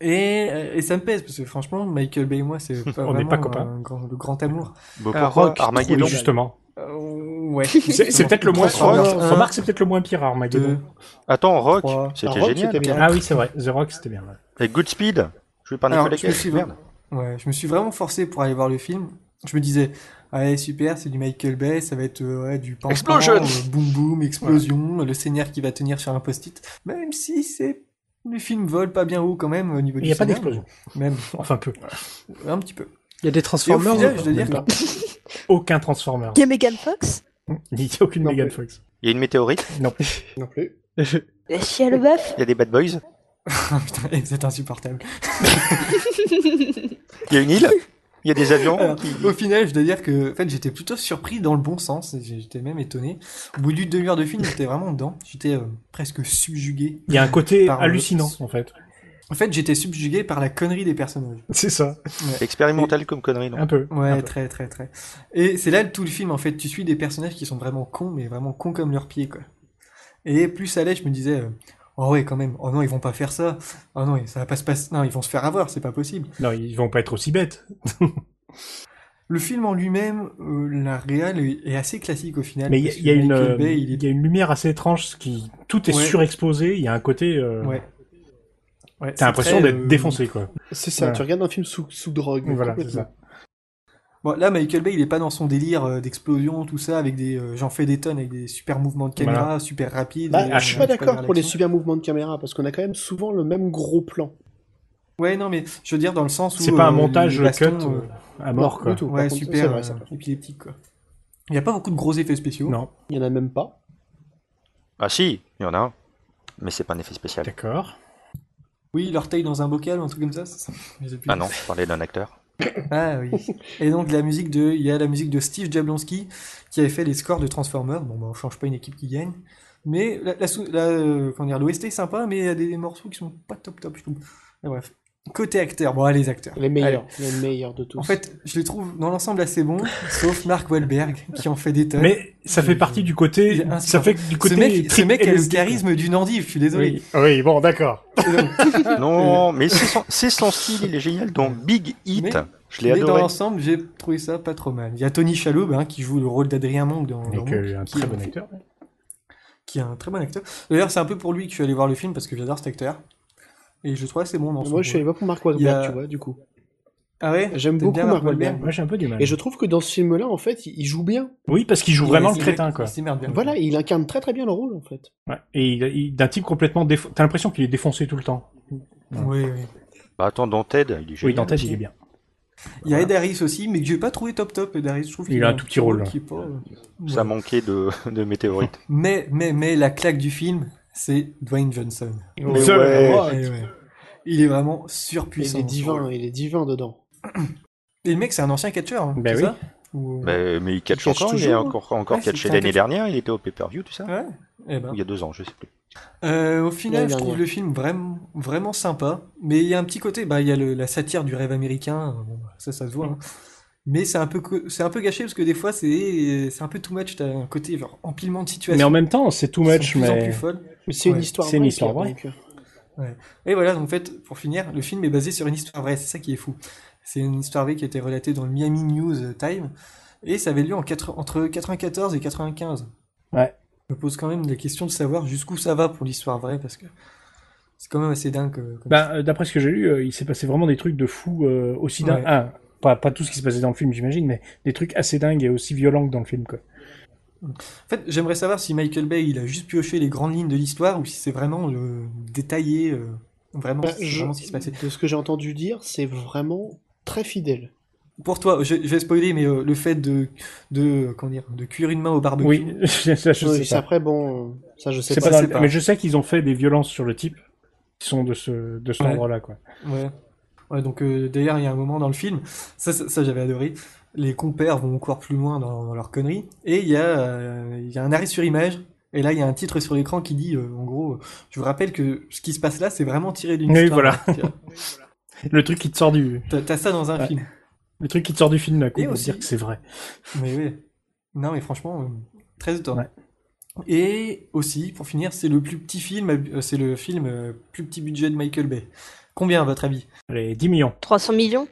Speaker 1: Et, euh, et ça me pèse, parce que franchement, Michael Bay et moi, c'est pas
Speaker 2: On n'est
Speaker 1: vraiment
Speaker 2: pas copains.
Speaker 1: un grand- le grand amour.
Speaker 3: Bon,
Speaker 2: Ah,
Speaker 3: Bah, pourquoi
Speaker 2: Rock,
Speaker 3: Armageddon
Speaker 2: oui, justement.
Speaker 1: Euh, ouais.
Speaker 2: C'est c'est peut-être le moins.
Speaker 1: Transformers un,
Speaker 2: Remarque, c'est peut-être le moins pire,
Speaker 1: deux,
Speaker 2: Armageddon.
Speaker 3: Attends, Rock,
Speaker 1: trois.
Speaker 3: c'était
Speaker 5: Ah, Rock,
Speaker 3: génial.
Speaker 5: c'était bien.
Speaker 2: Ah oui, c'est vrai. The Rock, c'était bien. ouais.
Speaker 3: Et Good Speed, joué par
Speaker 1: Alors,
Speaker 3: Nicolas
Speaker 1: je me
Speaker 3: Cage.
Speaker 1: suis-
Speaker 3: Merde.
Speaker 1: Ouais, je me suis vraiment forcé pour aller voir le film. Je me disais, ouais, super, c'est du Michael Bay, ça va être euh, ouais, du pan
Speaker 3: Explosion
Speaker 1: boom boom, explosion, le seigneur qui va tenir sur un post-it. Même si c'est le film vole pas bien haut quand même au niveau
Speaker 2: Il
Speaker 1: du
Speaker 2: n'y a pas
Speaker 1: scénar.
Speaker 2: d'explosion.
Speaker 1: Même
Speaker 2: Enfin, peu.
Speaker 1: un petit peu.
Speaker 7: Il y a
Speaker 1: Et au
Speaker 7: des
Speaker 2: hein.
Speaker 7: Transformers.
Speaker 1: final,
Speaker 7: ou
Speaker 1: je
Speaker 7: pas
Speaker 1: dois dire que
Speaker 2: D'accord. Aucun Transformer.
Speaker 4: Il y a Megan Fox
Speaker 2: Il n'y a aucune
Speaker 5: Non,
Speaker 2: Megan
Speaker 5: mais-
Speaker 2: Fox.
Speaker 3: Il y a une météorite,
Speaker 2: Non.
Speaker 5: Non plus.
Speaker 4: La Chia le bœuf
Speaker 3: il y a des bad boys,
Speaker 1: Ah, putain, eh, vous êtes insupportable.
Speaker 3: il y a une île, il y a des avions.
Speaker 1: Au final, je dois dire que en fait, j'étais plutôt surpris dans le bon sens. et J'étais même étonné. Au bout d'une demi-heure de film, j'étais vraiment dedans. J'étais euh, presque subjugué.
Speaker 2: Il y a un côté
Speaker 1: Par le-
Speaker 2: hallucinant, en fait.
Speaker 1: En fait, j'étais subjugué par la connerie des personnages.
Speaker 2: C'est ça.
Speaker 3: Expérimental comme connerie, non
Speaker 2: Un peu.
Speaker 1: Ouais,
Speaker 2: Un peu.
Speaker 1: très, très, très. Et c'est là tout le film, en fait. Tu suis des personnages qui sont vraiment cons, mais vraiment cons comme leurs pieds, quoi. Et plus ça allait, je me disais, euh, oh ouais, quand même, oh non, ils vont pas faire ça. Oh non, ça va pas se passer. Non, ils vont se faire avoir, c'est pas possible.
Speaker 2: Non, ils vont pas être aussi bêtes.
Speaker 1: Le film en lui-même, euh, la réal est, est assez classique au final.
Speaker 2: Mais il y a-
Speaker 1: parce
Speaker 2: il y, a
Speaker 1: que
Speaker 2: une,
Speaker 1: Michael
Speaker 2: euh,
Speaker 1: Bay, il est-
Speaker 2: il y a une lumière assez étrange, ce qui tout est
Speaker 1: Ouais.
Speaker 2: surexposé. Il y a un côté, euh,
Speaker 1: Ouais. Ouais, c'est
Speaker 2: t'as l'impression
Speaker 1: très,
Speaker 2: d'être
Speaker 1: euh,
Speaker 2: défoncé quoi.
Speaker 5: C'est ça,
Speaker 2: Ouais.
Speaker 5: tu regardes un film sous, sous drogue.
Speaker 2: Voilà, c'est
Speaker 5: complètement.
Speaker 2: ça.
Speaker 1: Bon, là, Michael Bay, il est pas dans son délire euh, d'explosion, tout ça, avec des. euh, J'en fais des tonnes, avec des super mouvements de caméra,
Speaker 2: Voilà.
Speaker 1: super rapides.
Speaker 5: Bah,
Speaker 1: et,
Speaker 2: ah,
Speaker 1: euh,
Speaker 5: je suis pas d'accord
Speaker 1: vers
Speaker 5: pour les
Speaker 1: l'action.
Speaker 5: super mouvements de caméra parce qu'on a quand même souvent le même gros plan.
Speaker 1: Ouais, non, mais je veux dire, dans le sens où.
Speaker 2: C'est pas un
Speaker 1: euh,
Speaker 2: montage
Speaker 1: les bastons,
Speaker 2: cut
Speaker 1: euh,
Speaker 2: euh, à mort
Speaker 5: Non,
Speaker 2: quoi.
Speaker 5: du tout. Par
Speaker 1: Ouais,
Speaker 5: contre,
Speaker 1: super
Speaker 5: c'est vrai, ça,
Speaker 1: euh,
Speaker 5: par contre.
Speaker 1: épileptique, quoi. Il n'y a pas beaucoup de gros effets spéciaux.
Speaker 2: Non,
Speaker 5: Il y en a même pas.
Speaker 3: Ah si, il y en a un, mais c'est pas un effet spécial.
Speaker 2: d'accord.
Speaker 1: Oui, leur taille dans un bocal, un truc comme ça. c'est ça Je sais plus.
Speaker 3: Ah non, je parlais d'un acteur.
Speaker 1: Ah oui. Et donc la musique de, il y a la musique de Steve Jablonski qui avait fait les scores de Transformers. Bon, bah, on change pas une équipe qui gagne. Mais la, la, sou- la, euh, comment dire, l'OST est sympa, mais il y a des morceaux qui sont pas top top, je trouve. Mais bref. Côté acteur, bon, ah, les acteurs.
Speaker 5: Les meilleurs, les meilleurs de tous.
Speaker 1: En fait, je les trouve dans l'ensemble assez bons, sauf Mark Wahlberg qui en fait des tonnes.
Speaker 2: Mais ça fait partie du côté,
Speaker 1: Il y a un-
Speaker 2: ça fait du
Speaker 1: ce
Speaker 2: côté.
Speaker 1: mec, ce
Speaker 2: trip
Speaker 1: mec a le
Speaker 2: LSD, quoi.
Speaker 1: charisme d'une endive, je suis désolé.
Speaker 2: Oui, oui, bon, d'accord.
Speaker 3: Non, mais c'est son, c'est son style, il est génial dans Big Hit.
Speaker 1: Mais-
Speaker 3: je l'ai
Speaker 1: mais dans
Speaker 3: adoré.
Speaker 1: l'ensemble, j'ai trouvé ça pas trop mal. Il y a Tony Shalhoub hein, qui joue le rôle d'Adrien Monk dans, dans
Speaker 2: Donc
Speaker 1: Monk,
Speaker 2: euh, un
Speaker 1: qui
Speaker 2: très
Speaker 1: est-
Speaker 2: bon acteur.
Speaker 1: qui est un très bon acteur. D'ailleurs, c'est un peu pour lui que je suis allé voir le film parce que j'adore cet acteur. Et je le trouve assez bon dans son
Speaker 5: Moi, je suis
Speaker 1: rôle.
Speaker 5: allé pas pour Mark
Speaker 1: Il y a-
Speaker 5: Wahlberg, tu vois, du coup.
Speaker 1: Ah ouais
Speaker 5: J'aime
Speaker 1: T'aimes
Speaker 5: beaucoup hein.
Speaker 1: bien
Speaker 5: Mark Wahlberg.
Speaker 2: Moi, j'ai un peu du mal.
Speaker 5: Et je trouve que dans ce film-là, en fait, il il joue bien.
Speaker 2: Oui, parce qu'il joue
Speaker 1: Il-
Speaker 2: vraiment
Speaker 1: il-
Speaker 2: le crétin quoi.
Speaker 1: Il hein. s'émerde bien.
Speaker 5: Voilà, il incarne très très bien le rôle, en fait.
Speaker 2: Ouais. Et il- il- d'un type complètement, défo- t'as l'impression qu'il est défoncé tout le temps.
Speaker 1: Oui, oui.
Speaker 3: Bah attends, dans Ted, il est génial.
Speaker 2: Oui, dans Ted, il est bien.
Speaker 1: Il y a Ed Harris aussi, mais que j'ai pas trouvé top top. Ed Harris, je trouve
Speaker 2: Il
Speaker 1: qu'il
Speaker 2: a un tout petit rôle.
Speaker 1: qui est pas-
Speaker 3: Ça
Speaker 1: Ouais.
Speaker 3: manquait de, de météorites.
Speaker 1: Mais, mais, mais la claque du film, c'est Dwayne Johnson.
Speaker 3: Mais
Speaker 2: Seul.
Speaker 3: ouais.
Speaker 1: Eh ouais. Il est vraiment surpuissant.
Speaker 5: Oh, il est divin, il est divin dedans.
Speaker 1: Et le mec, c'est un ancien catcheur. Hein,
Speaker 2: Ben
Speaker 1: c'est
Speaker 2: oui.
Speaker 1: ça Ou-
Speaker 3: Mais, mais il catch
Speaker 5: catch
Speaker 3: encore, il est
Speaker 5: toujours.
Speaker 3: encore, encore
Speaker 1: Ouais, c'est
Speaker 3: catché
Speaker 1: un
Speaker 3: l'année
Speaker 1: catch-
Speaker 3: dernière, il était au pay-per-view, tout ça
Speaker 1: Ouais. Eh ben.
Speaker 3: Il y a deux ans, je sais plus.
Speaker 1: Euh, au final,
Speaker 5: L'année
Speaker 1: je trouve
Speaker 5: dernière.
Speaker 1: le film vraiment, vraiment sympa, mais il y a un petit côté, bah, il y a le- la satire du rêve américain, euh, bon, bah, ça, ça se
Speaker 2: Mm.
Speaker 1: voit, hein. Mais c'est un peu, co- c'est un peu gâché parce que des fois, c'est, c'est un peu too much, t'as un côté genre empilement de situations.
Speaker 2: Mais en même temps, c'est too
Speaker 1: qui sont de
Speaker 2: much,
Speaker 1: plus en
Speaker 2: mais
Speaker 1: plus folles.
Speaker 5: Mais C'est
Speaker 1: Ouais,
Speaker 5: une histoire
Speaker 2: c'est une histoire
Speaker 5: Pierre,
Speaker 2: vraie.
Speaker 5: donc, euh,
Speaker 1: Et voilà, donc, en fait, pour finir, le film est basé sur une histoire vraie, c'est ça qui est fou. C'est une histoire vraie qui a été relatée dans le Miami News Time, et ça avait lieu en quatre- entre 94 et 95.
Speaker 2: Ouais.
Speaker 1: Je me pose quand même la question de savoir jusqu'où ça va pour l'histoire vraie, parce que c'est quand même assez dingue. euh, comme
Speaker 2: Ben, euh, d'après ce que j'ai lu, euh, il s'est passé vraiment des trucs de fou euh, aussi
Speaker 1: Ouais.
Speaker 2: dingues. Ah, pas, pas tout ce qui se passait dans le film, j'imagine, mais des trucs assez dingues et aussi violents que dans le film, quoi.
Speaker 1: En fait, j'aimerais savoir si Michael Bay il a juste pioché les grandes lignes de l'histoire ou si c'est vraiment euh, détaillé, euh, vraiment,
Speaker 5: bah,
Speaker 1: c'est
Speaker 5: je-
Speaker 1: vraiment ce qui se passait.
Speaker 5: De ce que j'ai entendu dire, c'est vraiment très fidèle.
Speaker 1: Pour toi, je, je vais spoiler, mais euh, le fait de, de, comment dire, de cuire une main au barbecue.
Speaker 2: Oui, ça, je
Speaker 5: Oui,
Speaker 2: sais
Speaker 5: c'est
Speaker 2: pas.
Speaker 5: après, bon, euh, ça je sais
Speaker 2: C'est
Speaker 5: pas.
Speaker 2: pas dans
Speaker 1: c'est
Speaker 2: le-
Speaker 1: pas.
Speaker 2: Mais je sais qu'ils ont fait des violences sur le type qui sont de ce, de ce
Speaker 1: Ouais.
Speaker 2: genre là quoi.
Speaker 1: Ouais. Ouais, donc euh, d'ailleurs, il y a un moment dans le film, ça, ça, ça, j'avais adoré. Les compères vont encore plus loin dans, dans leurs conneries. Et il y, a, euh, il y a un arrêt sur image. Et là, il y a un titre sur l'écran qui dit, euh, en gros, euh, je vous rappelle que ce qui se passe là, c'est vraiment tiré d'une
Speaker 2: Oui,
Speaker 1: histoire.
Speaker 2: Le truc qui te sort du,
Speaker 1: T'as- T'as ça dans un
Speaker 2: Ouais.
Speaker 1: film.
Speaker 2: le truc qui te sort du film, là, coup,
Speaker 1: Et
Speaker 2: pour
Speaker 1: aussi-
Speaker 2: dire que c'est vrai.
Speaker 1: Mais oui. Non, mais franchement, euh, très étonnant.
Speaker 2: Ouais.
Speaker 1: Et aussi, pour finir, c'est le plus petit film, euh, c'est le film euh, plus petit budget de Michael Bay. Combien, à votre avis
Speaker 2: Allez, 10 millions.
Speaker 4: 300 millions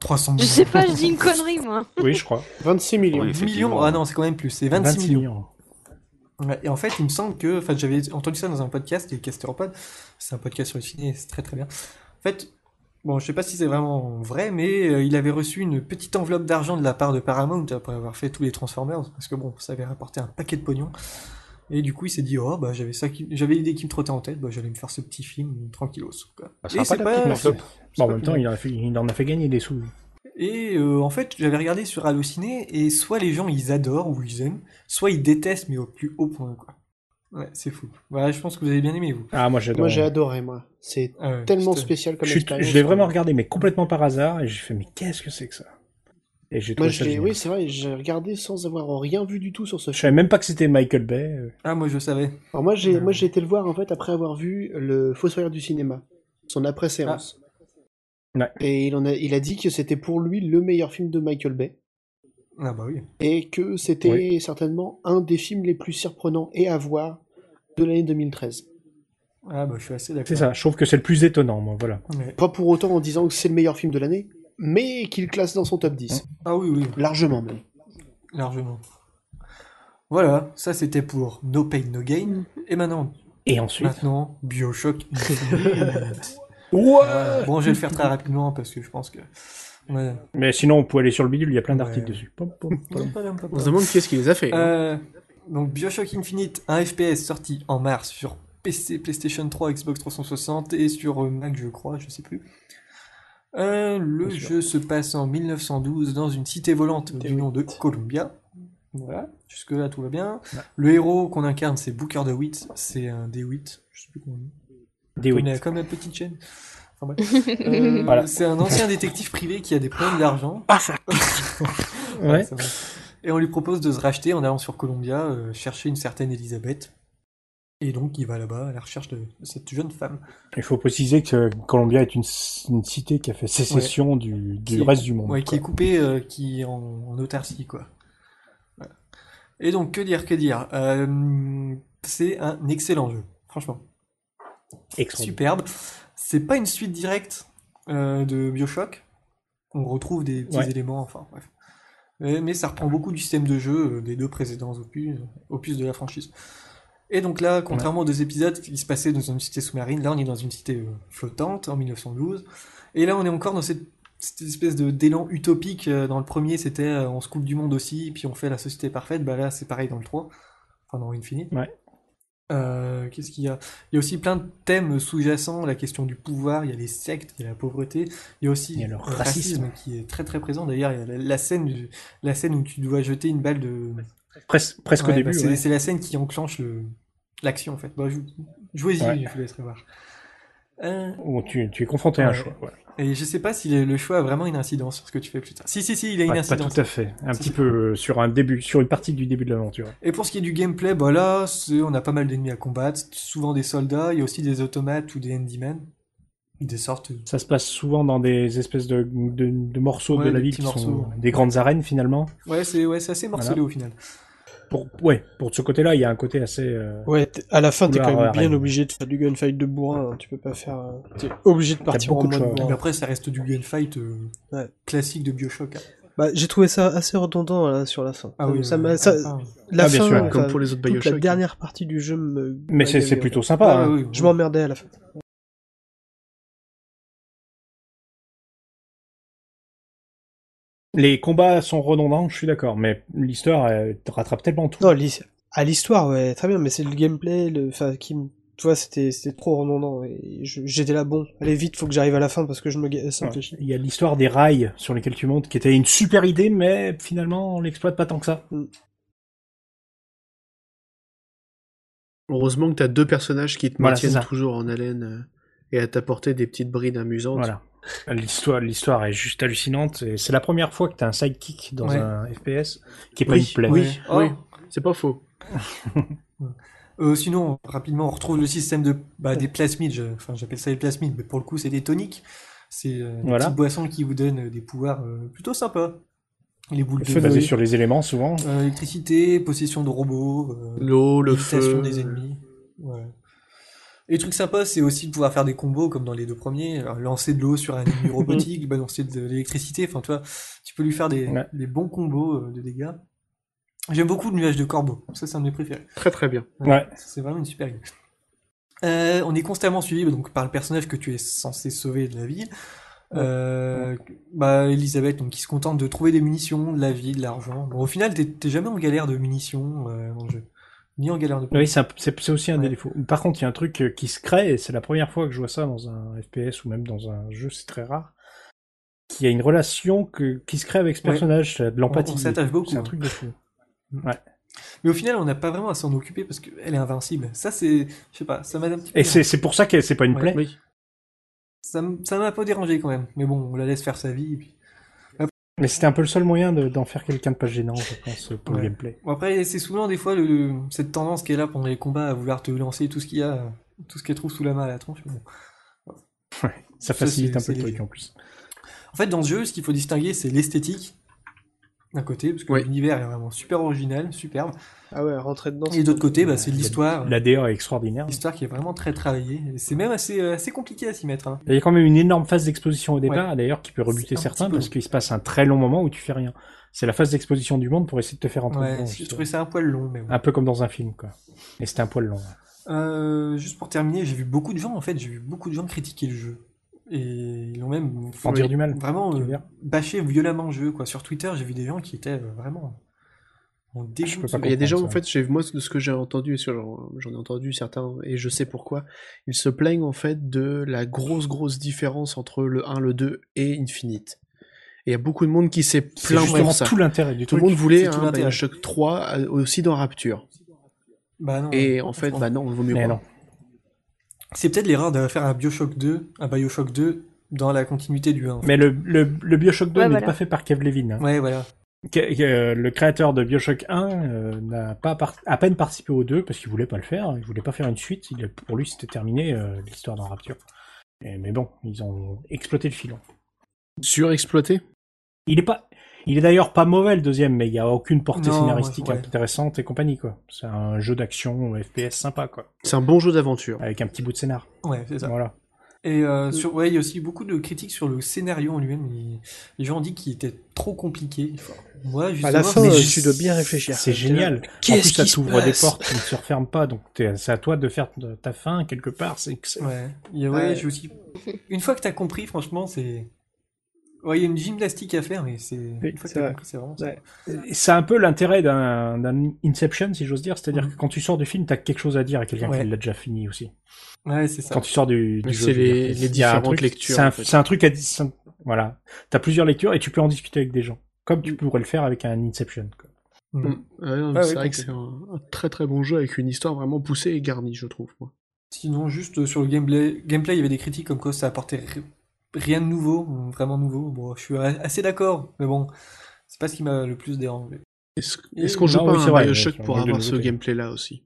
Speaker 1: 300
Speaker 4: Je
Speaker 1: millions.
Speaker 4: sais pas, je dis une connerie, moi.
Speaker 2: Oui, je crois.
Speaker 5: 26 millions.
Speaker 3: Oui.
Speaker 1: 10
Speaker 3: effectivement.
Speaker 1: millions Ah non, c'est quand même plus, c'est 26, millions.
Speaker 2: millions.
Speaker 1: Ouais, Et en fait, il me semble que, enfin, j'avais entendu ça dans un podcast, les Casteropod, c'est un podcast sur le ciné, c'est très très bien. En fait, bon, je sais pas si c'est vraiment vrai, mais euh, il avait reçu une petite enveloppe d'argent de la part de Paramount après avoir fait tous les Transformers, parce que bon, ça avait rapporté un paquet de pognon. Et du coup, il s'est dit, oh, bah, j'avais ça, qui... j'avais l'idée qui me trottait en tête, bah, j'allais me faire ce petit film, tranquillos. Quoi.
Speaker 3: Ah,
Speaker 1: Et
Speaker 3: sympa,
Speaker 1: c'est
Speaker 3: la petite
Speaker 1: pas-
Speaker 3: enveloppe.
Speaker 2: Bon, en même temps, il en, a fait, il en a fait gagner des sous.
Speaker 1: Et euh, en fait, j'avais regardé sur Allociné, et soit les gens ils adorent ou ils aiment, soit ils détestent, mais au plus haut point, quoi. Ouais, c'est fou. Voilà, je pense que vous avez bien aimé, vous.
Speaker 2: Ah, moi j'adore.
Speaker 5: Moi j'ai adoré, moi. C'est
Speaker 1: Ah ouais,
Speaker 5: tellement
Speaker 1: putain.
Speaker 5: spécial comme
Speaker 2: Je, suis-
Speaker 5: expérience.
Speaker 2: je l'ai vraiment regardé, mais complètement par hasard, et j'ai fait, mais qu'est-ce que c'est que ça Et j'ai
Speaker 5: Moi,
Speaker 2: trouvé
Speaker 5: je
Speaker 2: ça
Speaker 5: l'ai-
Speaker 2: génial.
Speaker 5: oui, c'est vrai, j'ai regardé sans avoir rien vu du tout sur ce
Speaker 2: Je
Speaker 5: film.
Speaker 2: savais même pas que c'était Michael Bay. euh.
Speaker 1: Ah, moi je savais.
Speaker 5: Alors moi, j'ai,
Speaker 1: Euh.
Speaker 5: moi, j'ai été le voir en fait après avoir vu le Fossoyeur du cinéma, son après-séance.
Speaker 2: Ah. Ouais.
Speaker 5: Et il en a, il a dit que c'était pour lui le meilleur film de Michael Bay
Speaker 1: Ah bah oui.
Speaker 5: et que c'était certainement un des films les plus surprenants et à voir de l'année 2013.
Speaker 1: Ah bah je suis assez d'accord.
Speaker 2: C'est ça, je trouve que c'est le plus étonnant, moi, voilà.
Speaker 1: Ouais.
Speaker 5: Pas pour autant en disant que c'est le meilleur film de l'année, mais qu'il classe dans son top 10,
Speaker 1: Ah oui, oui,
Speaker 5: largement même.
Speaker 1: largement. Voilà, ça c'était pour No Pain No Gain. Et maintenant,
Speaker 2: Et ensuite.
Speaker 1: maintenant Bioshock.
Speaker 2: Ouah
Speaker 1: Voilà. Bon, je vais le faire très rapidement parce que je pense que. Ouais.
Speaker 2: Mais sinon, on peut aller sur le bidule, il y a plein
Speaker 1: Ah. Ouais.
Speaker 2: d'articles dessus. Pom, pom, pom.
Speaker 5: On se demande qui est-ce qui les a fait. hein.
Speaker 1: Euh, donc Bioshock Infinite, un FPS sorti en mars sur PC, PlayStation 3, Xbox 360 et sur euh, Mac, je crois, je sais plus. Euh, le
Speaker 2: Bien sûr.
Speaker 1: jeu se passe en 1912 dans une cité volante du nom de Columbia. Voilà, jusque-là tout va bien. Le héros qu'on incarne, c'est Booker DeWitt, c'est un DeWitt, je sais plus comment on dit.
Speaker 2: Des
Speaker 1: On est
Speaker 2: huit.
Speaker 1: comme la petite chaîne. Enfin, bref. Euh,
Speaker 2: Voilà. Ah,
Speaker 1: C'est un ancien détective privé qui a des problèmes d'argent.
Speaker 2: Ouais.
Speaker 1: Ça va. Et on lui propose de se racheter en allant sur Columbia, euh, chercher une certaine Elisabeth. Et donc il va là-bas à la recherche de cette jeune femme.
Speaker 2: Il faut préciser que Columbia est une, c- une cité qui a fait sécession du, du
Speaker 1: Qui est-
Speaker 2: reste du monde.
Speaker 1: Ouais, qui
Speaker 2: quoi.
Speaker 1: est coupée, euh, qui est en, en autarcie, quoi. Voilà. Et donc, que dire, que dire Euh, C'est un excellent jeu, franchement.
Speaker 2: Extraordinaire.
Speaker 1: Superbe. C'est pas une suite directe euh, de Bioshock. On retrouve des petits
Speaker 2: Ouais.
Speaker 1: éléments, enfin bref. Mais, mais ça reprend beaucoup du système de jeu euh, des deux précédents opus, euh, opus de la franchise. Et donc là, contrairement aux deux épisodes qui se passaient dans une cité sous-marine, là on est dans une cité euh, flottante en 1912. Et là on est encore dans cette, cette espèce de d'élan utopique. euh, Dans le premier c'était euh, on se coupe du monde aussi, puis on fait la société parfaite. Bah là c'est pareil dans le 3, enfin dans Infinite.
Speaker 2: Ouais.
Speaker 1: Euh, Qu'est-ce qu'il y a Il y a aussi plein de thèmes sous-jacents, la question du pouvoir, il y a les sectes, il y a la pauvreté, il y a aussi
Speaker 2: Il y a le racisme.
Speaker 1: qui est très très présent. D'ailleurs, il y a la, la scène, du- la scène où tu dois jeter une balle de.
Speaker 2: Pres- presque
Speaker 1: Ouais, bah,
Speaker 2: au début.
Speaker 1: c'est
Speaker 2: ouais.
Speaker 1: c'est la scène qui enclenche le- l'action en fait. Bah, jou- Jouez-y,
Speaker 2: Ouais.
Speaker 1: je vous laisserai voir. Euh,
Speaker 2: Où tu, tu es confronté à un
Speaker 1: Ouais.
Speaker 2: choix. ouais.
Speaker 1: et je sais pas si le, le choix a vraiment une incidence sur ce que tu fais plus tard. Si, si, si, il a une
Speaker 2: Pas, pas
Speaker 1: incidence.
Speaker 2: tout à fait. Un
Speaker 1: Si,
Speaker 2: petit
Speaker 1: si.
Speaker 2: peu euh, sur un début, sur une partie du début de l'aventure.
Speaker 1: Et pour ce qui est du gameplay, bah là, c'est- on a pas mal d'ennemis à combattre, souvent des soldats, il y a aussi des automates ou des handymen, des sortes euh,
Speaker 2: Ça se passe souvent dans des espèces de, de- de morceaux
Speaker 1: Ouais,
Speaker 2: de
Speaker 1: des
Speaker 2: la ville
Speaker 1: petits
Speaker 2: qui sont
Speaker 1: morceaux, ouais.
Speaker 2: des grandes arènes finalement.
Speaker 1: Ouais, c'est ouais, c'est assez morcelé au final.
Speaker 2: Pour, ouais, pour ce côté-là, il y a un côté assez. euh,
Speaker 7: Ouais, t'es- à la fin, t'es
Speaker 2: Oula,
Speaker 7: quand même bien
Speaker 2: arène.
Speaker 7: obligé de faire du gunfight de bourrin. hein. Tu peux pas faire. euh, T'es obligé de partir en
Speaker 2: beaucoup de
Speaker 7: mode
Speaker 2: choix, ouais.
Speaker 7: bourrin.
Speaker 1: Mais après, ça reste du gunfight euh,
Speaker 7: Ouais.
Speaker 1: classique de Bioshock. hein.
Speaker 7: Bah, j'ai trouvé ça assez redondant là, sur la fin.
Speaker 1: Ah oui,
Speaker 7: ça
Speaker 1: oui,
Speaker 7: m'a-
Speaker 1: oui.
Speaker 7: ça-
Speaker 1: Ah, oui.
Speaker 7: la
Speaker 2: Ah, bien
Speaker 7: fin,
Speaker 2: sûr, ouais.
Speaker 7: enfin,
Speaker 2: Comme
Speaker 5: les autres
Speaker 7: Euh, toute la dernière partie du jeu me.
Speaker 2: Mais
Speaker 7: m'a
Speaker 2: c'est- c'est
Speaker 7: gavé,
Speaker 2: plutôt
Speaker 7: en fait.
Speaker 2: sympa.
Speaker 1: Ah,
Speaker 2: hein.
Speaker 1: oui, oui,
Speaker 7: Je
Speaker 1: oui.
Speaker 7: m'emmerdais à la fin.
Speaker 2: Les combats sont redondants, je suis d'accord, mais l'histoire elle, te rattrape tellement tout.
Speaker 7: Non, l'his- à l'histoire, ouais, très bien, mais c'est le gameplay, le, enfin, qui, me- tu vois, c'était, c'était trop redondant, et je- j'étais là, bon, allez vite, faut que j'arrive à la fin, parce que je me, ga- ça me
Speaker 2: Ouais.
Speaker 7: fait chier.
Speaker 2: Il y a l'histoire des rails sur lesquels tu montes, qui était une super idée, mais finalement on l'exploite pas tant que ça.
Speaker 5: Heureusement que t'as deux personnages qui te
Speaker 2: Voilà, c'est
Speaker 5: maintiennent
Speaker 2: ça.
Speaker 5: toujours en haleine euh, et à t'apporter des petites brides amusantes.
Speaker 2: Voilà. L'histoire, l'histoire est juste hallucinante. et C'est la première fois que t'as un sidekick dans
Speaker 1: Ouais.
Speaker 2: un FPS qui est pas
Speaker 5: Oui,
Speaker 2: une plaie.
Speaker 5: oui,
Speaker 1: Ouais.
Speaker 5: oui.
Speaker 1: Oh.
Speaker 5: C'est pas faux.
Speaker 1: Euh, sinon, rapidement, on retrouve le système de, bah, des plasmides. je- Enfin, j'appelle ça les plasmides, mais pour le coup, c'est des toniques. C'est euh, des
Speaker 2: Voilà.
Speaker 1: petites boissons qui vous donnent euh, des pouvoirs euh, plutôt sympas. Les boules de
Speaker 2: Basé
Speaker 1: feu,
Speaker 2: sur les éléments souvent.
Speaker 1: euh, électricité, possession de robots, euh,
Speaker 5: L'eau, le
Speaker 1: Limitation
Speaker 5: feu.
Speaker 1: des ennemis. Ouais. Et le truc sympa, c'est aussi de pouvoir faire des combos comme dans les deux premiers. Alors, lancer de l'eau sur un ennemi robotique, balancer de l'électricité. Enfin, tu vois, tu peux lui faire des,
Speaker 2: Ouais.
Speaker 1: des bons combos euh, de dégâts. J'aime beaucoup le nuage de corbeau. Ça, c'est un de mes préférés.
Speaker 5: Très très bien.
Speaker 2: Ouais.
Speaker 1: C'est vraiment une super idée. Euh, on est constamment suivi donc, par le personnage que tu es censé sauver de la ville. Euh, bah, Elisabeth, donc, qui se contente de trouver des munitions, de la vie, de l'argent. Bon, au final, t'es t'es jamais en galère de munitions euh, dans le jeu. Ni en galère de
Speaker 2: Oui, c'est un- c'est c'est aussi un des
Speaker 1: Ouais.
Speaker 2: défauts. Par contre, il y a un truc euh, qui se crée, et c'est la première fois que je vois ça dans un FPS ou même dans un jeu, c'est très rare, qui a une relation que, qui se crée avec ce
Speaker 1: Ouais.
Speaker 2: personnage, euh, de l'empathie.
Speaker 1: On- on s'attache beaucoup. hein.
Speaker 2: C'est un truc de fou.
Speaker 1: Mais au final, on n'a pas vraiment à s'en occuper parce qu'elle est invincible. Ça, c'est. Je sais pas, ça m'a un petit peu.
Speaker 2: Et c'est c'est pour ça que c'est pas une
Speaker 1: Ouais.
Speaker 2: plaie.
Speaker 5: Oui.
Speaker 1: Ça m- ça m'a un peu dérangé quand même. Mais bon, on la laisse faire sa vie. et puis-
Speaker 2: Mais c'était un peu le seul moyen de- d'en faire quelqu'un de pas gênant, je pense, pour
Speaker 1: Ouais.
Speaker 2: le gameplay.
Speaker 1: Bon, après, c'est souvent des fois le- le- cette tendance qui est là pendant les combats à vouloir te lancer tout ce qu'il y a, euh, tout ce qu'elle trouve sous la main à la tronche. mais bon.
Speaker 2: Ça
Speaker 1: Ça,
Speaker 2: facilite
Speaker 1: c'est-
Speaker 2: un peu
Speaker 1: c'est
Speaker 2: le truc
Speaker 1: léger.
Speaker 2: en plus.
Speaker 1: En fait, dans ce jeu, ce qu'il faut distinguer, c'est l'esthétique d'un côté, parce que
Speaker 5: Oui.
Speaker 1: l'univers est vraiment super original, superbe.
Speaker 7: Ah ouais, rentrer dedans.
Speaker 1: Et d'autre côté, bah, c'est
Speaker 2: la-
Speaker 1: l'histoire.
Speaker 2: La DA est extraordinaire.
Speaker 1: L'histoire qui est vraiment très travaillée. Et C'est même assez, euh, assez compliqué à s'y mettre. hein.
Speaker 2: Il y a quand même une énorme phase d'exposition au départ, d'ailleurs, qui peut
Speaker 1: C'est
Speaker 2: rebuter
Speaker 1: un
Speaker 2: certains
Speaker 1: petit peu
Speaker 2: parce
Speaker 1: long.
Speaker 2: qu'il se passe un très long moment où tu fais rien. C'est la phase d'exposition du monde pour essayer de te faire entrer
Speaker 1: Ouais,
Speaker 2: dedans,
Speaker 1: j'ai
Speaker 2: justement.
Speaker 1: trouvé ça un poil long, mais bon.
Speaker 2: Un peu comme dans un film, quoi. Et c'était un poil long. hein.
Speaker 1: Euh, juste pour terminer, j'ai vu beaucoup de gens en fait, j'ai vu beaucoup de gens critiquer le jeu et ils l'ont même
Speaker 2: En dire du mal.
Speaker 1: vraiment
Speaker 2: Tu veux
Speaker 1: euh,
Speaker 2: dire
Speaker 1: bâché violemment le jeu quoi. Sur Twitter, j'ai vu des gens qui étaient euh, vraiment en
Speaker 2: Je
Speaker 1: dégoût.
Speaker 2: peux
Speaker 1: de
Speaker 2: pas
Speaker 1: ce
Speaker 5: Il y a des
Speaker 2: comprendre
Speaker 5: gens, en
Speaker 2: ça.
Speaker 5: fait, chez moi, de ce que j'ai entendu, et sur- j'en j'en ai entendu certains, et je sais pourquoi, ils se plaignent, en fait, de la grosse, grosse différence entre le 1, le 2 et Infinite. Et il y a beaucoup de monde qui s'est
Speaker 2: C'est
Speaker 5: plaint
Speaker 2: justement
Speaker 5: pour ça.
Speaker 2: tout l'intérêt du
Speaker 5: Tout le
Speaker 2: truc.
Speaker 5: monde voulait hein, bah,
Speaker 1: c'est tout
Speaker 5: un
Speaker 1: l'intérêt.
Speaker 5: Bioshock 3 euh, aussi dans Rapture.
Speaker 1: Bah non.
Speaker 5: Et en fait,
Speaker 1: franchement.
Speaker 5: bah non, vaut mieux
Speaker 2: Mais
Speaker 5: pas.
Speaker 2: non.
Speaker 1: C'est peut-être l'erreur de faire un BioShock 2, un BioShock 2 dans la continuité du 1.
Speaker 2: Mais le, le, le Bioshock 2
Speaker 4: Ouais,
Speaker 2: n'est
Speaker 4: voilà.
Speaker 2: pas fait par Kev Levin. hein.
Speaker 1: Ouais, voilà.
Speaker 2: Que- que- le créateur de Bioshock 1 euh, n'a pas par- à peine participé aux deux parce qu'il voulait pas le faire, il voulait pas faire une suite. Il, pour lui, c'était terminé euh, l'histoire dans Rapture. Et- mais bon, ils ont exploité le filon.
Speaker 5: Surexploité
Speaker 2: Il est pas, il est d'ailleurs pas mauvais le deuxième, mais il y a aucune portée
Speaker 1: Non,
Speaker 2: scénaristique
Speaker 1: ouais.
Speaker 2: intéressante et compagnie quoi. C'est un jeu d'action FPS sympa quoi,
Speaker 5: C'est un bon jeu d'aventure.
Speaker 2: avec un petit bout de scénar.
Speaker 1: Ouais, c'est ça.
Speaker 2: Voilà.
Speaker 1: Et euh, sur, ouais, il y a aussi beaucoup de critiques sur le scénario en lui-même. Il- Les gens ont dit qu'il était trop compliqué. Moi, justement,
Speaker 7: À la fin,
Speaker 1: mais
Speaker 7: euh,
Speaker 1: je-
Speaker 7: tu dois bien réfléchir.
Speaker 2: C'est
Speaker 7: T'es là,
Speaker 2: génial. En plus,
Speaker 7: Qu'est-ce
Speaker 2: ça
Speaker 7: qui se
Speaker 2: t'ouvre des
Speaker 7: passe
Speaker 2: portes qui ne se referment pas, donc t'es- c'est à toi de faire de- ta fin quelque part. C'est excellent.
Speaker 1: Ouais, il y a- ouais,
Speaker 7: Ouais.
Speaker 1: j'ai aussi. Une fois que t'as compris, franchement, c'est. Ouais, il y a une gymnastique à faire, mais c'est. Une fois que
Speaker 7: c'est
Speaker 1: t'as
Speaker 7: vrai.
Speaker 1: compris, c'est vraiment ça.
Speaker 7: Ouais.
Speaker 2: Et C'est un peu l'intérêt d'un d'un Inception, si j'ose dire. C'est-à-dire
Speaker 1: Mhm.
Speaker 2: que quand tu sors du film, t'as quelque chose à dire à quelqu'un
Speaker 1: Ouais.
Speaker 2: qui l'a déjà fini aussi.
Speaker 1: Ouais, c'est ça.
Speaker 2: Quand tu sors du, du
Speaker 5: Mais
Speaker 2: jeu,
Speaker 5: c'est
Speaker 2: je veux
Speaker 5: les-
Speaker 2: dire,
Speaker 5: les
Speaker 2: il y a un
Speaker 5: différentes
Speaker 2: truc-
Speaker 5: lectures,
Speaker 2: C'est un,
Speaker 5: en fait.
Speaker 2: c'est un truc à. dis- c'est un- Voilà. T'as plusieurs lectures et tu peux en discuter avec des gens. Comme tu pourrais le faire avec un Inception. quoi.
Speaker 1: Mm.
Speaker 5: Ouais, non,
Speaker 1: Ah
Speaker 5: c'est
Speaker 1: oui,
Speaker 5: vrai que c'est un, un très très bon jeu avec une histoire vraiment poussée et garnie, je trouve. moi.
Speaker 1: Sinon, juste euh, sur le gameplay, gameplay, il y avait des critiques comme quoi ça apportait ri- rien de nouveau, ou vraiment nouveau. Bon, je suis a- assez d'accord, mais bon, c'est pas ce qui m'a le plus dérangé.
Speaker 5: Est-ce
Speaker 1: Et-
Speaker 5: est-ce qu'on joue
Speaker 2: non,
Speaker 5: pas
Speaker 2: oui,
Speaker 5: à
Speaker 2: c'est
Speaker 5: un
Speaker 2: vrai,
Speaker 5: Bioshock
Speaker 2: sur
Speaker 5: pour
Speaker 2: le jeu
Speaker 5: avoir
Speaker 2: de
Speaker 5: ce
Speaker 2: nouveauté.
Speaker 5: gameplay là aussi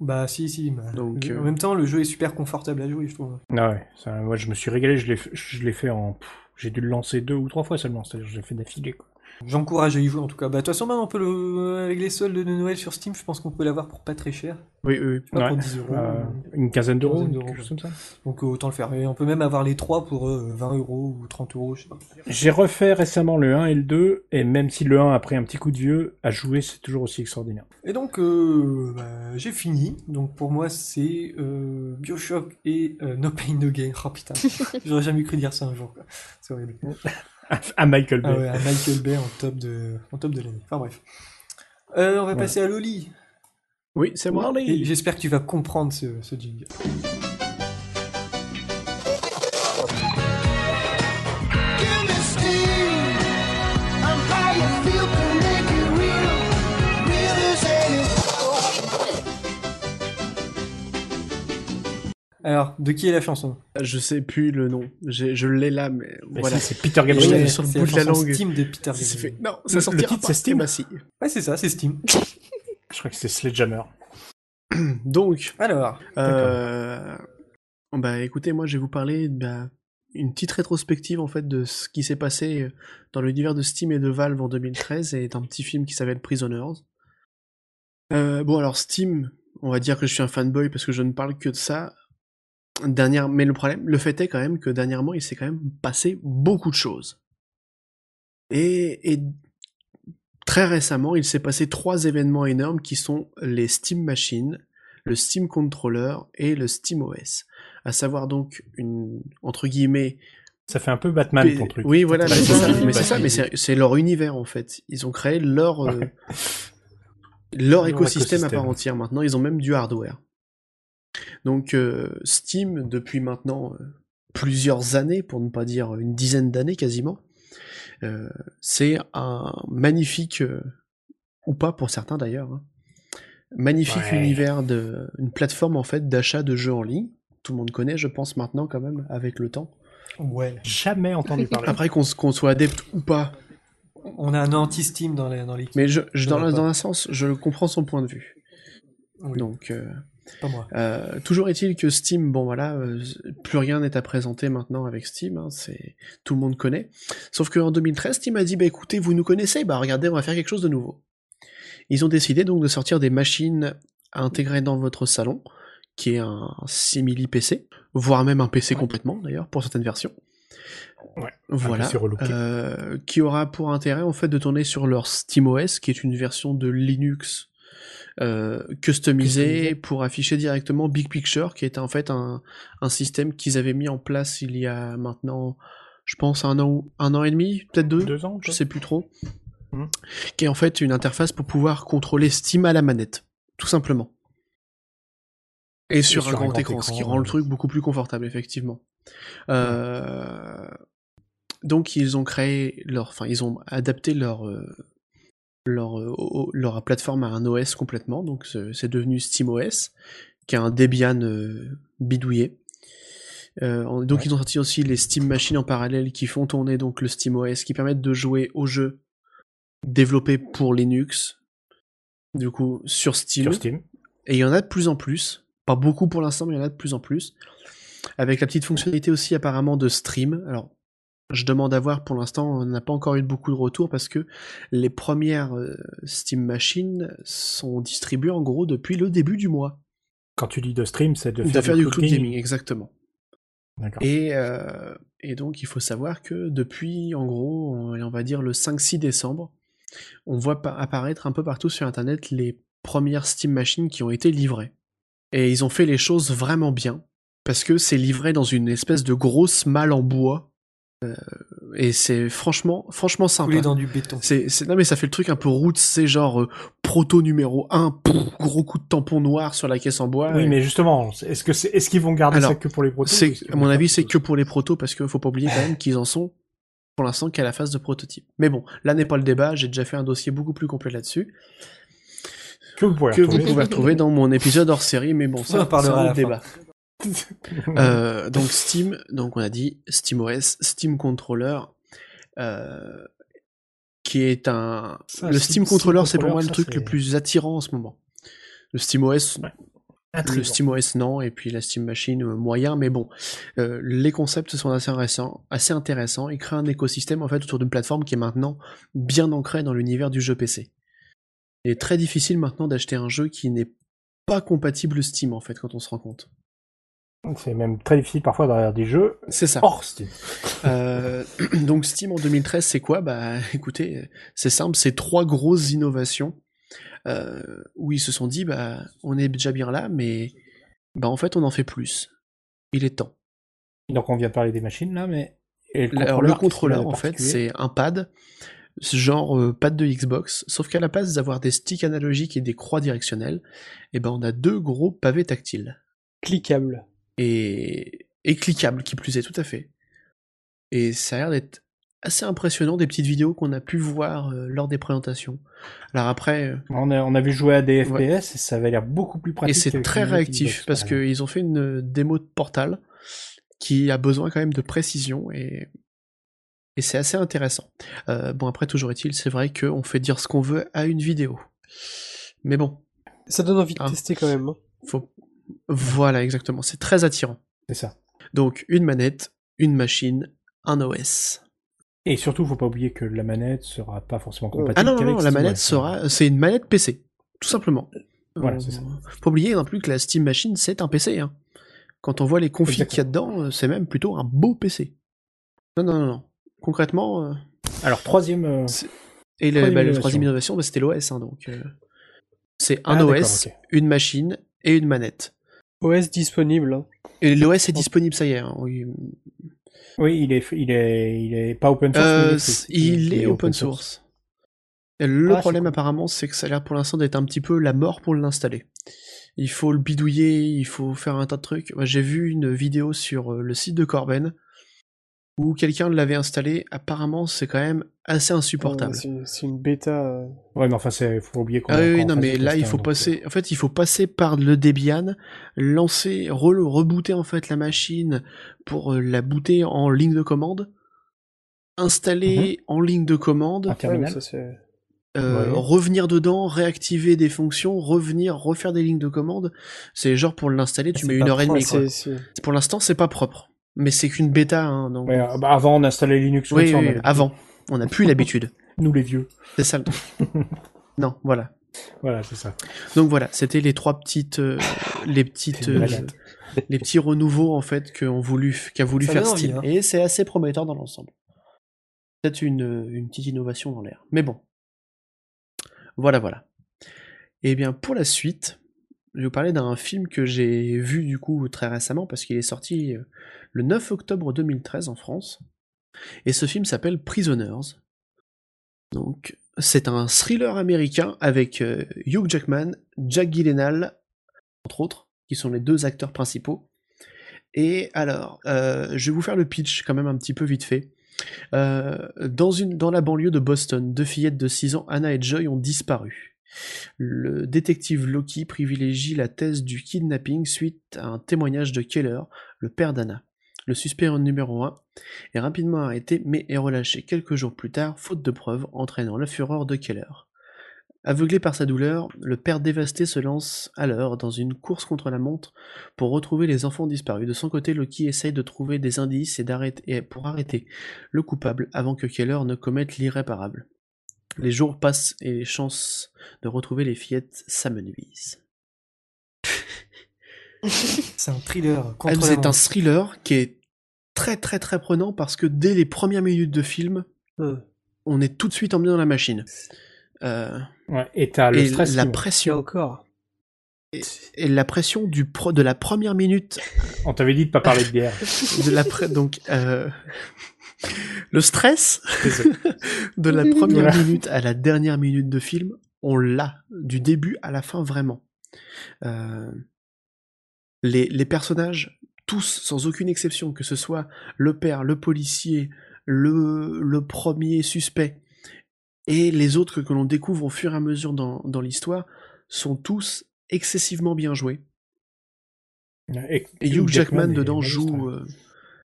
Speaker 1: Bah, si, si. bah,
Speaker 5: Donc,
Speaker 1: le-
Speaker 5: euh,
Speaker 1: En même temps, le jeu est super confortable à jouer, je trouve.
Speaker 2: Ah ouais, ça, moi je me suis régalé, je l'ai f- je l'ai fait en. pff, J'ai dû le lancer deux ou trois fois seulement, c'est-à-dire que je l'ai fait d'affilée. quoi.
Speaker 1: J'encourage à y jouer en tout cas. Bah, de toute façon, maintenant, on peut le... avec les soldes de Noël sur Steam, je pense qu'on peut l'avoir pour pas très cher.
Speaker 5: Oui, oui, oui.
Speaker 1: Je sais pas, pour
Speaker 2: Ouais.
Speaker 1: 10 euros.
Speaker 2: Euh, une quinzaine d'euros,
Speaker 1: Quinzaine d'euros,
Speaker 2: quelque chose comme ça.
Speaker 1: Donc euh, autant le faire. Et on peut même avoir les trois pour euh, 20 euros ou 30 euros, je sais pas.
Speaker 2: J'ai refait récemment le 1 et le 2, et même si le 1 a pris un petit coup de vieux, à jouer c'est toujours aussi extraordinaire.
Speaker 1: Et donc euh, bah, j'ai fini. Donc pour moi c'est euh, Bioshock et euh, No Pain No Gain. Oh putain, j'aurais jamais cru dire ça un jour. quoi. C'est horrible.
Speaker 2: à Michael Bay.
Speaker 1: Ah ouais, un Michael Bay en top de, en top de l'année. Enfin bref. Euh, on va
Speaker 2: Voilà.
Speaker 1: passer à Loli.
Speaker 5: Oui, c'est moi.
Speaker 1: Et J'espère que tu vas comprendre ce, ce jingle. Alors, de qui est la chanson
Speaker 5: Ah, Je sais plus le nom. J'ai- Je l'ai là, mais
Speaker 2: Mais
Speaker 5: voilà.
Speaker 2: si, c'est Peter
Speaker 5: Et je
Speaker 2: Gabriel.
Speaker 5: l'avais sur le
Speaker 1: C'est
Speaker 5: bout de la
Speaker 1: chanson
Speaker 5: langue.
Speaker 1: Steam de Peter
Speaker 5: Ça
Speaker 1: Gabriel.
Speaker 5: fait- Non,
Speaker 2: Le-
Speaker 5: ça
Speaker 2: le
Speaker 5: sortira
Speaker 2: titre,
Speaker 5: pas.
Speaker 2: c'est Steam.
Speaker 5: Eh ben, si.
Speaker 1: Ouais, c'est ça, c'est Steam.
Speaker 2: Je crois que c'est Sledgehammer.
Speaker 5: Donc,
Speaker 1: Alors,
Speaker 5: euh, bah, écoutez, moi je vais vous parler d'une petite rétrospective en fait de ce qui s'est passé euh, dans l'univers de Steam et de Valve en 2013 et d'un petit film qui s'appelle Prisoners. Euh, bon alors Steam, on va dire que je suis un fanboy parce que je ne parle que de ça. Dernière, mais le problème, le fait est quand même que dernièrement il s'est quand même passé beaucoup de choses. Et, et très récemment, il s'est passé trois événements énormes qui sont les Steam Machines, le Steam Controller et le Steam OS. À savoir donc une, entre guillemets,
Speaker 2: Ça fait un peu Batman
Speaker 5: P-
Speaker 2: ton truc.
Speaker 5: oui voilà,
Speaker 2: Bah,
Speaker 5: mais c'est
Speaker 2: c'est
Speaker 5: ça,
Speaker 2: ça,
Speaker 5: mais
Speaker 2: bah,
Speaker 5: c'est ça,
Speaker 2: c'est-
Speaker 5: mais c'est- c'est leur univers en fait. Ils ont créé leur, euh,
Speaker 2: Ouais.
Speaker 5: leur
Speaker 2: Leur
Speaker 5: écosystème à part
Speaker 2: écosystème.
Speaker 5: entière maintenant, ils ont même du hardware. Donc euh, Steam, depuis maintenant euh, plusieurs années, pour ne pas dire une dizaine d'années quasiment. Euh, c'est un magnifique, euh, ou pas pour certains d'ailleurs, hein, magnifique
Speaker 2: Ouais.
Speaker 5: univers de, une plateforme en fait d'achat de jeux en ligne. Tout le monde connaît, je pense maintenant quand même, avec le temps.
Speaker 1: Ouais.
Speaker 2: Jamais entendu parler.
Speaker 5: Après qu'on s- qu'on soit adepte ou pas,
Speaker 1: On a un anti-Steam dans les- dans l'équipe.
Speaker 5: mais je, je- dans,
Speaker 1: Non,
Speaker 5: un-
Speaker 1: pas.
Speaker 5: dans un sens, je comprends son point de vue.
Speaker 1: Oui.
Speaker 5: Donc, euh,
Speaker 1: Pas moi.
Speaker 5: Euh, toujours est-il que Steam, bon voilà, euh, plus rien n'est à présenter maintenant avec Steam, hein, c'est tout le monde connaît. Sauf qu'en 2013, Steam a dit bah écoutez, vous nous connaissez, bah regardez, on va faire quelque chose de nouveau. Ils ont décidé donc de sortir des machines à intégrer dans votre salon, qui est un simili PC, voire même un PC complètement d'ailleurs pour certaines versions.
Speaker 2: Ouais,
Speaker 5: voilà,
Speaker 2: PC relooké.
Speaker 5: euh, qui aura pour intérêt en fait de tourner sur leur SteamOS, qui est une version de Linux euh, customisé,
Speaker 2: Customisé.
Speaker 5: pour afficher directement Big Picture, qui était en fait un, un système qu'ils avaient mis en place il y a maintenant, je pense, un an, ou- un an et demi, peut-être deux,
Speaker 2: Deux ans,
Speaker 5: Euh, je sais plus trop,
Speaker 2: Hmm.
Speaker 5: qui est en fait une interface pour pouvoir contrôler Steam à la manette, tout simplement. Et sur, un, grand, écran, euh, Hmm. ce qui rend le
Speaker 2: ouais.
Speaker 5: truc beaucoup plus confortable, effectivement. Euh, Donc ils ont créé leur, enfin ils ont adapté leur euh, leur, euh, o- leur plateforme à un OS complètement, donc ce- c'est devenu SteamOS, qui est un Debian euh, bidouillé. Euh, en- donc
Speaker 2: Ouais.
Speaker 5: ils ont sorti aussi les Steam Machines en parallèle qui font tourner donc le SteamOS, qui permettent de jouer aux jeux développés pour Linux, du coup sur Steam.
Speaker 2: Sur Steam.
Speaker 5: Et il y en a de plus en plus. Pas beaucoup pour l'instant, mais il y en a de plus en plus. Avec la petite fonctionnalité aussi apparemment de stream. Alors, je demande à voir pour l'instant, on n'a pas encore eu beaucoup de retours parce que les premières euh, Steam Machines sont distribuées en gros depuis le début du mois.
Speaker 2: Quand tu dis de stream, c'est de
Speaker 5: De
Speaker 2: faire,
Speaker 5: faire du cloud gaming, exactement.
Speaker 2: D'accord.
Speaker 5: Et, euh, et donc, il faut savoir que depuis, en gros, on, on va dire le 5-6 décembre, on voit pa- apparaître un peu partout sur Internet les premières Steam Machines qui ont été livrées. Et ils ont fait les choses vraiment bien, parce que c'est livré dans une espèce de grosse malle en bois. euh, et c'est franchement, franchement sympa.
Speaker 1: Coulé dans du béton.
Speaker 5: C'est, c'est- non mais ça fait le truc un peu roots, c'est genre euh, proto numéro 1, pouf, gros coup de tampon noir sur la caisse en bois.
Speaker 2: Oui,
Speaker 5: et-
Speaker 2: mais justement, est-ce que c'est, est-ce qu'ils vont garder
Speaker 5: Alors,
Speaker 2: ça que pour les protos ou
Speaker 5: c'est,
Speaker 2: est-ce qu'ils
Speaker 5: à
Speaker 2: vont
Speaker 5: mon
Speaker 2: faire
Speaker 5: avis,
Speaker 2: autre
Speaker 5: c'est
Speaker 2: chose
Speaker 5: que pour les protos, parce qu'il faut pas oublier quand même qu'ils en sont pour l'instant qu'à la phase de prototype. Mais bon, là n'est pas le débat, j'ai déjà fait un dossier beaucoup plus complet là-dessus,
Speaker 2: que vous pouvez
Speaker 5: que vous
Speaker 2: retrouver.
Speaker 5: pouvez retrouver dans mon épisode hors série, mais bon,
Speaker 1: On
Speaker 5: ça,
Speaker 1: en parlera
Speaker 5: c'est un
Speaker 1: à la
Speaker 5: autre
Speaker 1: fin.
Speaker 5: débat. Euh, donc Steam, donc on a dit SteamOS, Steam Controller, euh, qui est un...
Speaker 2: Ça,
Speaker 5: le
Speaker 2: Steam-
Speaker 5: Steam Controller,
Speaker 2: Steam
Speaker 5: c'est pour moi
Speaker 2: Controller,
Speaker 5: le
Speaker 2: ça,
Speaker 5: truc
Speaker 2: c'est-
Speaker 5: le plus attirant en ce moment. Le SteamOS, le
Speaker 2: Intriguant.
Speaker 5: SteamOS non, et puis la Steam Machine euh, moyen, mais bon, euh, les concepts sont assez intéressants, assez intéressants et créent un écosystème en fait autour d'une plateforme qui est maintenant bien ancrée dans l'univers du jeu PC. Il est très difficile maintenant d'acheter un jeu qui n'est pas compatible Steam en fait quand on se rend compte. Euh.
Speaker 2: C'est même très difficile parfois derrière des jeux
Speaker 5: C'est ça.
Speaker 2: hors Steam.
Speaker 5: Euh, donc Steam en 2013, c'est quoi Bah écoutez, c'est simple, c'est trois grosses innovations euh, où ils se sont dit bah on est déjà bien là, mais bah en fait on en fait plus. Il est temps.
Speaker 2: Donc on vient de parler des machines là, mais. Et
Speaker 5: Le- Alors
Speaker 2: qu'est-ce
Speaker 5: le
Speaker 2: qu'il a de
Speaker 5: contrôleur, en fait,
Speaker 2: particulier
Speaker 5: c'est un pad, ce genre euh, pad de Xbox, sauf qu'à la place d'avoir des sticks analogiques et des croix directionnelles, eh ben on a deux gros pavés tactiles
Speaker 7: Cliquable.
Speaker 5: et, et cliquables qui plus est, tout à fait. Et ça a l'air d'être assez impressionnant des petites vidéos qu'on a pu voir euh, lors des présentations. Alors après, euh,
Speaker 2: On a, on a vu jouer à des FPS
Speaker 5: Ouais.
Speaker 2: et ça avait l'air beaucoup plus
Speaker 5: et
Speaker 2: pratique.
Speaker 5: c'est
Speaker 2: qu'avec
Speaker 5: très
Speaker 2: une Xbox,
Speaker 5: réactif
Speaker 2: par
Speaker 5: parce
Speaker 2: exemple.
Speaker 5: qu'ils ont fait une euh, démo de Portal qui a besoin quand même de précision et, et c'est assez intéressant. Euh, bon, après, toujours est-il, c'est vrai qu'on fait dire ce qu'on veut à une vidéo. Mais bon,
Speaker 7: Ça donne envie de
Speaker 5: Ah.
Speaker 7: tester quand même. hein.
Speaker 5: faut. Voilà, exactement, c'est très attirant.
Speaker 2: C'est ça.
Speaker 5: Donc, une manette, une machine, un OS.
Speaker 2: Et surtout, faut pas oublier que la manette sera pas forcément compatible.
Speaker 5: Ah non, non,
Speaker 2: qu'avec
Speaker 5: non, la
Speaker 2: Steam,
Speaker 5: manette
Speaker 2: ouais.
Speaker 5: sera. C'est une manette PC, tout simplement.
Speaker 2: Voilà,
Speaker 5: Euh,
Speaker 2: c'est ça.
Speaker 5: Faut oublier non plus que la Steam Machine, c'est un PC. hein. Quand on voit les configs qu'il y a dedans, euh, c'est même plutôt un beau PC. Non, non, non, non. Concrètement, euh,
Speaker 2: Alors troisième. euh,
Speaker 5: et le,
Speaker 2: Troisième
Speaker 5: bah, le
Speaker 2: innovation.
Speaker 5: troisième innovation, bah, c'était l'OS. hein, donc, euh, c'est
Speaker 2: Ah,
Speaker 5: un
Speaker 2: d'accord,
Speaker 5: OS,
Speaker 2: ok.
Speaker 5: une machine et une manette.
Speaker 7: OS disponible. hein.
Speaker 5: Et l'OS est disponible, ça y est. hein, oui.
Speaker 2: Oui, il est, il est, il est pas open source. mais
Speaker 5: Euh,
Speaker 2: il est free.
Speaker 5: il est open source. Le
Speaker 7: Ah, c'est
Speaker 5: problème
Speaker 7: cool.
Speaker 5: apparemment, c'est que ça a l'air pour l'instant d'être un petit peu la mort pour l'installer. il faut le bidouiller, il faut faire un tas de trucs. Moi, J'ai vu une vidéo sur euh, le site de Corben où quelqu'un l'avait installé. Apparemment, c'est quand même assez insupportable.
Speaker 7: Euh, C'est une- c'est une bêta. euh,
Speaker 2: Ouais, mais enfin, c'est faut pas oublier qu'on
Speaker 5: Ah oui,
Speaker 2: qu'on
Speaker 5: oui, non,
Speaker 2: fasse
Speaker 5: mais
Speaker 2: des
Speaker 5: là, il
Speaker 2: testeurs,
Speaker 5: faut
Speaker 2: donc,
Speaker 5: passer. En fait, il faut passer par le Debian, lancer, re- rebooter en fait la machine pour euh, la booter en ligne de commande, installer en ligne de commande,
Speaker 2: euh, Un
Speaker 7: ouais, mais
Speaker 2: terminal.
Speaker 7: ça, c'est-
Speaker 5: euh,
Speaker 2: Ouais.
Speaker 5: revenir dedans, réactiver des fonctions, revenir, refaire des lignes de commande. C'est genre pour l'installer, tu
Speaker 1: C'est
Speaker 5: mets
Speaker 1: pas
Speaker 5: une heure et demie. quoi.
Speaker 7: c'est- c'est-
Speaker 5: Pour l'instant, c'est pas propre, mais c'est qu'une bêta. Hein, donc...
Speaker 2: Ouais, euh, bah, avant, on installait Linux sous
Speaker 5: Oui,
Speaker 2: autre
Speaker 5: oui,
Speaker 2: forme,
Speaker 5: oui, Ah.
Speaker 2: avec-
Speaker 5: avant, on n'a plus l'habitude.
Speaker 2: Nous, les vieux.
Speaker 5: C'est ça. le truc. non, voilà.
Speaker 2: Voilà, c'est ça.
Speaker 5: Donc voilà, c'était les trois petites, euh, les petites,
Speaker 2: C'est une
Speaker 5: euh,
Speaker 2: balade.
Speaker 5: les petits renouveaux en fait qu'a voulu, qu'a voulu
Speaker 1: Ça
Speaker 5: faire
Speaker 1: donne envie,
Speaker 5: Steam.
Speaker 1: hein.
Speaker 5: Et c'est assez prometteur dans l'ensemble. Peut-être une, euh, une petite innovation dans l'air. Mais bon. Voilà, voilà. Et bien pour la suite, je vais vous parler d'un film que j'ai vu du coup très récemment parce qu'il est sorti euh, le 9 octobre 2013 en France. Et ce film s'appelle Prisoners. Donc, c'est un thriller américain avec euh, Hugh Jackman, Jack Gyllenhaal, entre autres, qui sont les deux acteurs principaux. Et alors, euh, je vais vous faire le pitch quand même un petit peu vite fait. Euh, dans, une, dans la banlieue de Boston, deux fillettes de 6 ans, Anna et Joy, ont disparu. Le détective Loki privilégie la thèse du kidnapping suite à un témoignage de Keller, le père d'Anna. Le suspect numéro 1 est rapidement arrêté mais est relâché quelques jours plus tard, faute de preuves, entraînant la fureur de Keller. Aveuglé par sa douleur, le père dévasté se lance alors dans une course contre la montre pour retrouver les enfants disparus. De son côté, Loki essaye de trouver des indices et d'arrêter et pour arrêter le coupable avant que Keller ne commette l'irréparable. Les jours passent et les chances de retrouver les fillettes s'amenuisent.
Speaker 1: C'est un thriller
Speaker 5: Elle,
Speaker 1: contre la
Speaker 5: Ah, C'est un
Speaker 1: montre.
Speaker 5: thriller qui est très très très prenant parce que dès les premières minutes de film,
Speaker 1: Euh.
Speaker 7: Hum.
Speaker 5: on est tout de suite emmené dans la machine. Euh,
Speaker 2: Ouais, et
Speaker 1: Ah,
Speaker 2: t'as le
Speaker 5: et
Speaker 2: stress.
Speaker 5: la
Speaker 2: qui-
Speaker 7: Et
Speaker 5: pression,
Speaker 7: encore.
Speaker 5: et la pression du pro, de la première minute
Speaker 2: On t'avait dit de pas parler de bière.
Speaker 5: de la pre- donc euh, le stress de la première minute à la dernière minute de film, on l'a du début à la fin vraiment. Euh, les, les personnages, tous sans aucune exception, que ce soit le père, le policier, le, le premier suspect et les autres que, que l'on découvre au fur et à mesure dans, dans l'histoire, sont tous excessivement bien joués.
Speaker 2: Et,
Speaker 5: Et Hugh Jackman,
Speaker 2: est hein.
Speaker 5: dedans
Speaker 2: magistral.
Speaker 5: joue, euh,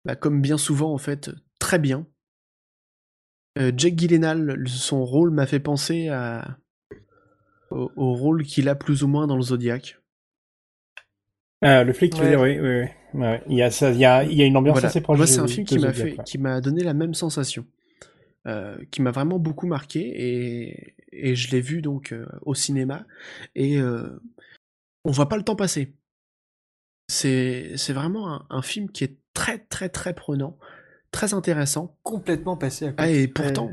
Speaker 5: bah, comme bien souvent en fait, très bien. Euh, Jack Gyllenhaal, son rôle m'a fait penser à... au, au rôle qu'il a plus ou moins dans le Zodiac. euh,
Speaker 2: Ah, le flic, tu veux
Speaker 1: Ouais.
Speaker 2: dire, oui, oui, oui. Ouais, Il y a ça, il y a, il y a une ambiance
Speaker 5: Voilà.
Speaker 2: assez proche.
Speaker 5: Moi,
Speaker 2: de-
Speaker 5: c'est un film
Speaker 2: de
Speaker 5: qui m'a
Speaker 2: Zodiac,
Speaker 5: fait,
Speaker 2: ouais.
Speaker 5: qui m'a donné la même sensation, euh, qui m'a vraiment beaucoup marqué et, et je l'ai vu donc euh, au cinéma et euh, on voit pas le temps passer. C'est c'est vraiment un, un film qui est très très très prenant, très intéressant.
Speaker 1: Complètement passé à
Speaker 5: Ah,
Speaker 1: côté.
Speaker 5: et pourtant,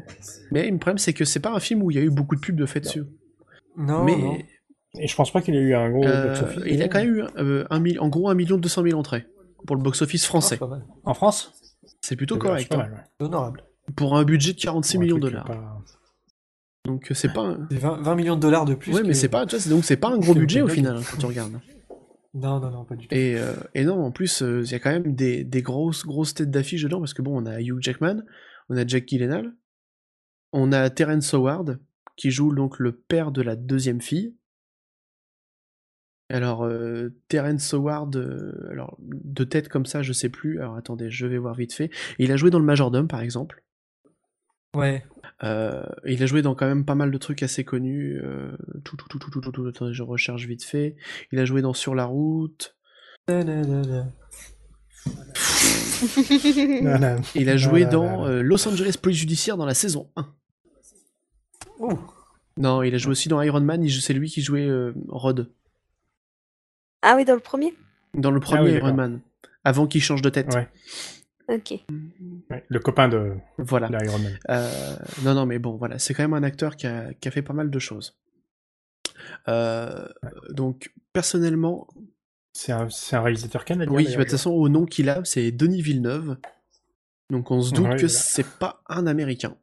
Speaker 5: mais le problème c'est que c'est pas un film où il y a eu beaucoup de pubs de fait dessus.
Speaker 1: Non,
Speaker 5: Ah, mais
Speaker 1: non.
Speaker 2: Et je pense pas qu'il ait eu un gros
Speaker 5: euh,
Speaker 2: box-office.
Speaker 5: il a
Speaker 2: d'ailleurs.
Speaker 5: quand même eu euh, un mil- en gros 1 million 200 000 entrées pour le box-office
Speaker 1: Ah,
Speaker 5: français.
Speaker 1: c'est pas mal.
Speaker 2: En France
Speaker 5: C'est plutôt
Speaker 2: C'est
Speaker 5: correct
Speaker 2: pas
Speaker 5: hein,
Speaker 2: mal, ouais.
Speaker 1: C'est Honorable.
Speaker 5: pour un budget de 46
Speaker 2: Pour un
Speaker 5: millions de
Speaker 2: truc
Speaker 5: dollars.
Speaker 2: pas-
Speaker 5: Donc euh, c'est pas un...
Speaker 1: C'est 20, 20 millions de dollars de plus.
Speaker 5: Ouais, mais
Speaker 1: que-
Speaker 5: c'est pas, tu vois, c'est- donc c'est pas un gros
Speaker 1: que
Speaker 5: budget au
Speaker 1: Bulldog.
Speaker 5: final hein, quand tu regardes.
Speaker 1: Non, non, non, pas du tout.
Speaker 5: Et, euh, et non, en plus, il y a quand même des, des grosses, grosses têtes d'affiche dedans parce que bon, on a Hugh Jackman, on a Jack Gyllenhaal, on a Terrence Howard qui joue donc le père de la deuxième fille. Alors, euh, Terrence Howard, euh, alors de tête comme ça, je sais plus. Alors attendez, je vais voir vite fait. Il a joué dans le Majordome par exemple.
Speaker 1: Ouais.
Speaker 5: Euh, il a joué dans quand même pas mal de trucs assez connus. euh, tout, tout, tout, tout, tout, tout, tout, attendez, je recherche vite fait. Il a joué dans Sur la route.
Speaker 1: Da-da-da-da.
Speaker 2: Non, non.
Speaker 5: Il a
Speaker 2: Ah
Speaker 5: joué
Speaker 2: là
Speaker 5: dans
Speaker 2: là là.
Speaker 5: euh, Los Angeles Police Judiciaire dans la saison 1.
Speaker 1: Ouh.
Speaker 5: Non, il a joué aussi dans Iron Man. il- C'est lui qui jouait euh, Rod
Speaker 4: Ah oui, dans le premier
Speaker 5: dans le premier
Speaker 2: Ah oui, d'accord.
Speaker 5: Iron Man, avant qu'il change de tête.
Speaker 2: Ouais,
Speaker 4: Ok.
Speaker 5: euh,
Speaker 2: ouais. Le copain de
Speaker 5: Voilà.
Speaker 2: d'Iron Man.
Speaker 5: Euh, non, non, mais bon, voilà, c'est quand même un acteur qui a, qui a fait pas mal de choses. Euh, donc, personnellement,
Speaker 2: C'est un, c'est un réalisateur canadien.
Speaker 5: Oui, bah, de
Speaker 2: d'ailleurs.
Speaker 5: toute façon, au nom qu'il a, c'est Denis Villeneuve. Donc on se doute
Speaker 2: Ouais,
Speaker 5: que
Speaker 2: voilà.
Speaker 5: c'est pas un Américain.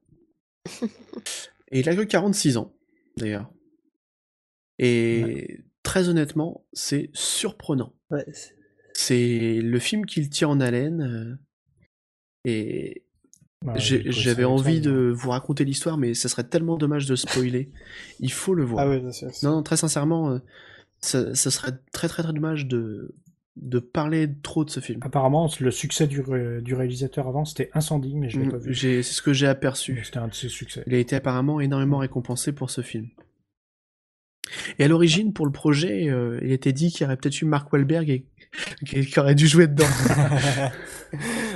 Speaker 5: Et il a que 46 ans, d'ailleurs. Et très honnêtement, c'est surprenant.
Speaker 7: Ouais, c'est-
Speaker 5: C'est le film qui le tient en haleine. euh, Et
Speaker 2: Bah, du
Speaker 5: j'ai-
Speaker 2: coup,
Speaker 5: j'avais
Speaker 2: ça-
Speaker 5: envie
Speaker 2: ça-
Speaker 5: de vous raconter l'histoire, mais ça serait tellement dommage de spoiler. Il faut le voir.
Speaker 7: Ah ouais, non, c'est- c'est-
Speaker 5: Non, non, très sincèrement, euh, ça, ça serait très très très dommage de, de parler trop de ce film.
Speaker 2: Apparemment, le succès du, ré- du réalisateur avant, c'était Incendie, mais je l'ai
Speaker 5: Mm,
Speaker 2: pas vu.
Speaker 5: j'ai- C'est ce que j'ai aperçu.
Speaker 2: C'était un de ses succès.
Speaker 5: Il a été apparemment énormément récompensé pour ce film. Et à l'origine, pour le projet, euh, il était dit qu'il y aurait peut-être eu Mark Wahlberg et qui qui aurait dû jouer dedans.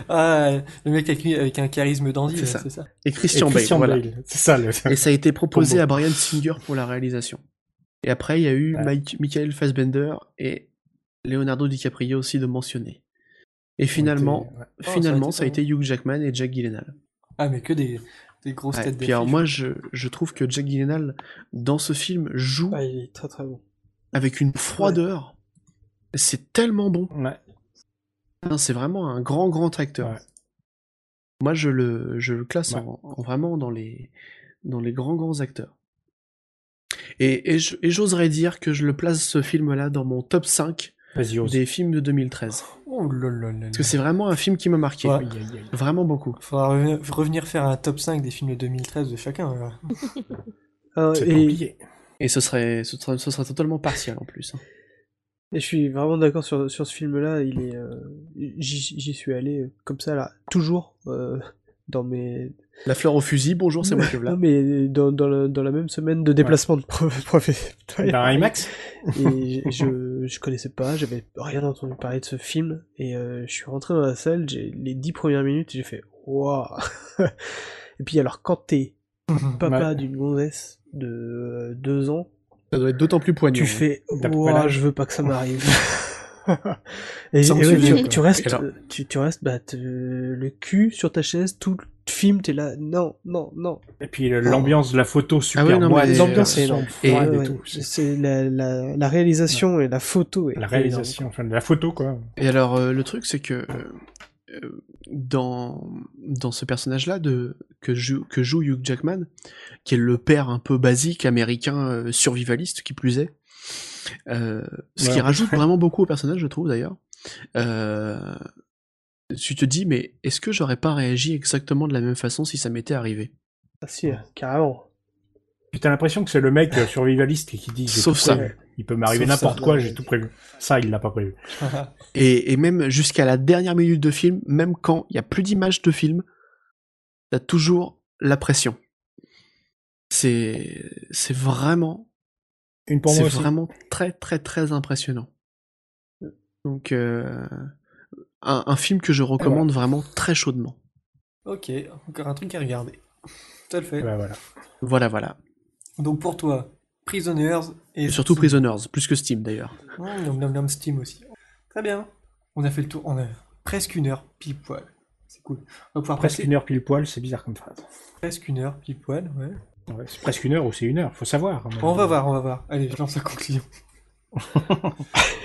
Speaker 1: ah, le mec avec, avec un charisme dandy,
Speaker 5: C'est
Speaker 1: là,
Speaker 5: ça.
Speaker 1: c'est ça.
Speaker 5: Et
Speaker 2: Et
Speaker 5: Christian, Bale, voilà.
Speaker 2: Bale, C'est ça le.
Speaker 5: Et ça a été proposé
Speaker 2: Combo.
Speaker 5: à Brian Singer pour la réalisation. Et après, il y a eu
Speaker 2: Ouais.
Speaker 5: Mike- Michael Fassbender et Leonardo DiCaprio aussi de mentionner. Et finalement,
Speaker 2: Ouais.
Speaker 1: ça a
Speaker 5: finalement,
Speaker 1: été
Speaker 5: ça a
Speaker 1: pas
Speaker 5: été Hugh Jackman et Jack Gyllenhaal.
Speaker 1: Ah, mais que des, des grosses
Speaker 5: Ouais,
Speaker 1: têtes
Speaker 5: puis alors
Speaker 1: d'affiche.
Speaker 5: moi, je, je trouve que Jack Gyllenhaal, dans ce film, joue
Speaker 7: Ah, il est très très bon.
Speaker 5: avec une froideur. C'est tellement bon.
Speaker 2: Ouais.
Speaker 5: Hein, C'est vraiment un grand, grand acteur.
Speaker 2: Ouais.
Speaker 5: Moi, je le, je le classe
Speaker 2: Ouais.
Speaker 5: en, en- vraiment dans les, dans les grands, grands acteurs. Et, et je- et j'oserais dire que je le place ce film-là dans mon top 5
Speaker 2: Vas-y, ose.
Speaker 5: des films de 2013.
Speaker 1: Oh là là là là.
Speaker 5: Parce que c'est vraiment un film qui m'a marqué.
Speaker 1: Ouais.
Speaker 2: Aïe, aïe, aïe.
Speaker 5: Vraiment beaucoup.
Speaker 1: Faudra revenir- revenir faire un top 5 des films de 2013 de chacun. alors.
Speaker 7: Ah,
Speaker 2: C'est pas
Speaker 7: et,
Speaker 2: oublié.
Speaker 5: Et ce serait, ce serait, ce serait totalement partiel en plus. hein.
Speaker 7: et je suis vraiment d'accord sur, sur ce film-là. Il est, euh, j'y j'y suis allé euh, comme ça là, toujours euh, dans mes,
Speaker 5: La fleur au fusil, bonjour, c'est moi qui
Speaker 7: non mais dans, dans, la, dans la même semaine de déplacement de prof, prof-
Speaker 2: D'un Bah, IMAX
Speaker 7: et je- je, je connaissais pas, j'avais rien entendu parler de ce film, et euh, je suis rentré dans la salle, j'ai les dix premières minutes, j'ai fait waouh. et puis alors quand t'es papa
Speaker 2: Mhm. Ouais.
Speaker 7: d'une gonzesse de euh, deux ans,
Speaker 5: Ça doit être d'autant plus poignant. hein.
Speaker 7: tu fais
Speaker 2: T'as pas
Speaker 7: ouah,
Speaker 2: l'âge.
Speaker 7: je veux pas que ça m'arrive. et,
Speaker 1: Sans
Speaker 7: et
Speaker 1: le
Speaker 7: ouais,
Speaker 1: suivre,
Speaker 7: tu,
Speaker 1: quoi.
Speaker 7: tu restes,
Speaker 5: Et alors-
Speaker 7: tu, tu restes bah, te- le cul sur ta chaise tout le film, t'es là, non, non, non.
Speaker 2: Et puis le- l'ambiance de la photo super
Speaker 5: Ah ouais, non,
Speaker 2: moite,
Speaker 5: mais-
Speaker 2: l'ambiance
Speaker 7: euh,
Speaker 2: est sombre,
Speaker 5: et-
Speaker 2: froide
Speaker 7: Ouais,
Speaker 2: et
Speaker 7: ouais,
Speaker 2: tout. C'est-
Speaker 7: C'est la, la, la réalisation et la photo. est-
Speaker 2: La
Speaker 7: est
Speaker 2: réalisation, enfin la photo quoi.
Speaker 5: Et alors, euh, le truc, c'est que euh, euh, dans, dans ce personnage-là de que joue, que joue Hugh Jackman, qui est le père un peu basique américain euh, survivaliste, qui plus est, euh, ce qui
Speaker 2: Ouais.
Speaker 5: rajoute vraiment beaucoup au personnage, je trouve d'ailleurs. euh, tu te dis, mais est-ce que j'aurais pas réagi exactement de la même façon si ça m'était arrivé
Speaker 7: Ah si, euh, carrément.
Speaker 2: Puis t'as l'impression que c'est le mec euh, survivaliste qui dit j'ai
Speaker 5: Sauf
Speaker 2: tout
Speaker 5: ça.
Speaker 2: prévu. Il peut m'arriver
Speaker 5: Sauf
Speaker 2: n'importe
Speaker 5: ça.
Speaker 2: quoi, j'ai tout prévu. Ça, il l'a pas prévu.
Speaker 5: Et, et même jusqu'à la dernière minute de film, même quand il n'y a plus d'images de film, t'as toujours la pression. C'est c'est vraiment,
Speaker 2: Une pour
Speaker 5: c'est
Speaker 2: moi aussi.
Speaker 5: vraiment très très très impressionnant. Donc euh, un, un film que je
Speaker 2: Ah,
Speaker 5: recommande vraiment très chaudement.
Speaker 1: ok, encore un truc à regarder. Ça le fait.
Speaker 2: Bah, voilà.
Speaker 5: Voilà voilà.
Speaker 1: Donc pour toi, Prisoners et
Speaker 5: Et surtout Prisoners, plus que Steam d'ailleurs.
Speaker 1: Mmh, nom, nom, nom, Steam aussi. Très bien. On a fait le tour. On a presque une heure pile poil. C'est cool. On va pouvoir
Speaker 2: Presque
Speaker 1: passer
Speaker 2: une heure pile poil, c'est bizarre comme phrase.
Speaker 1: presque une heure pile poil. Ouais.
Speaker 2: Ouais, c'est presque une heure ou c'est une heure, faut savoir.
Speaker 1: Bon, on va voir, on va voir. Allez, je lance la conclusion.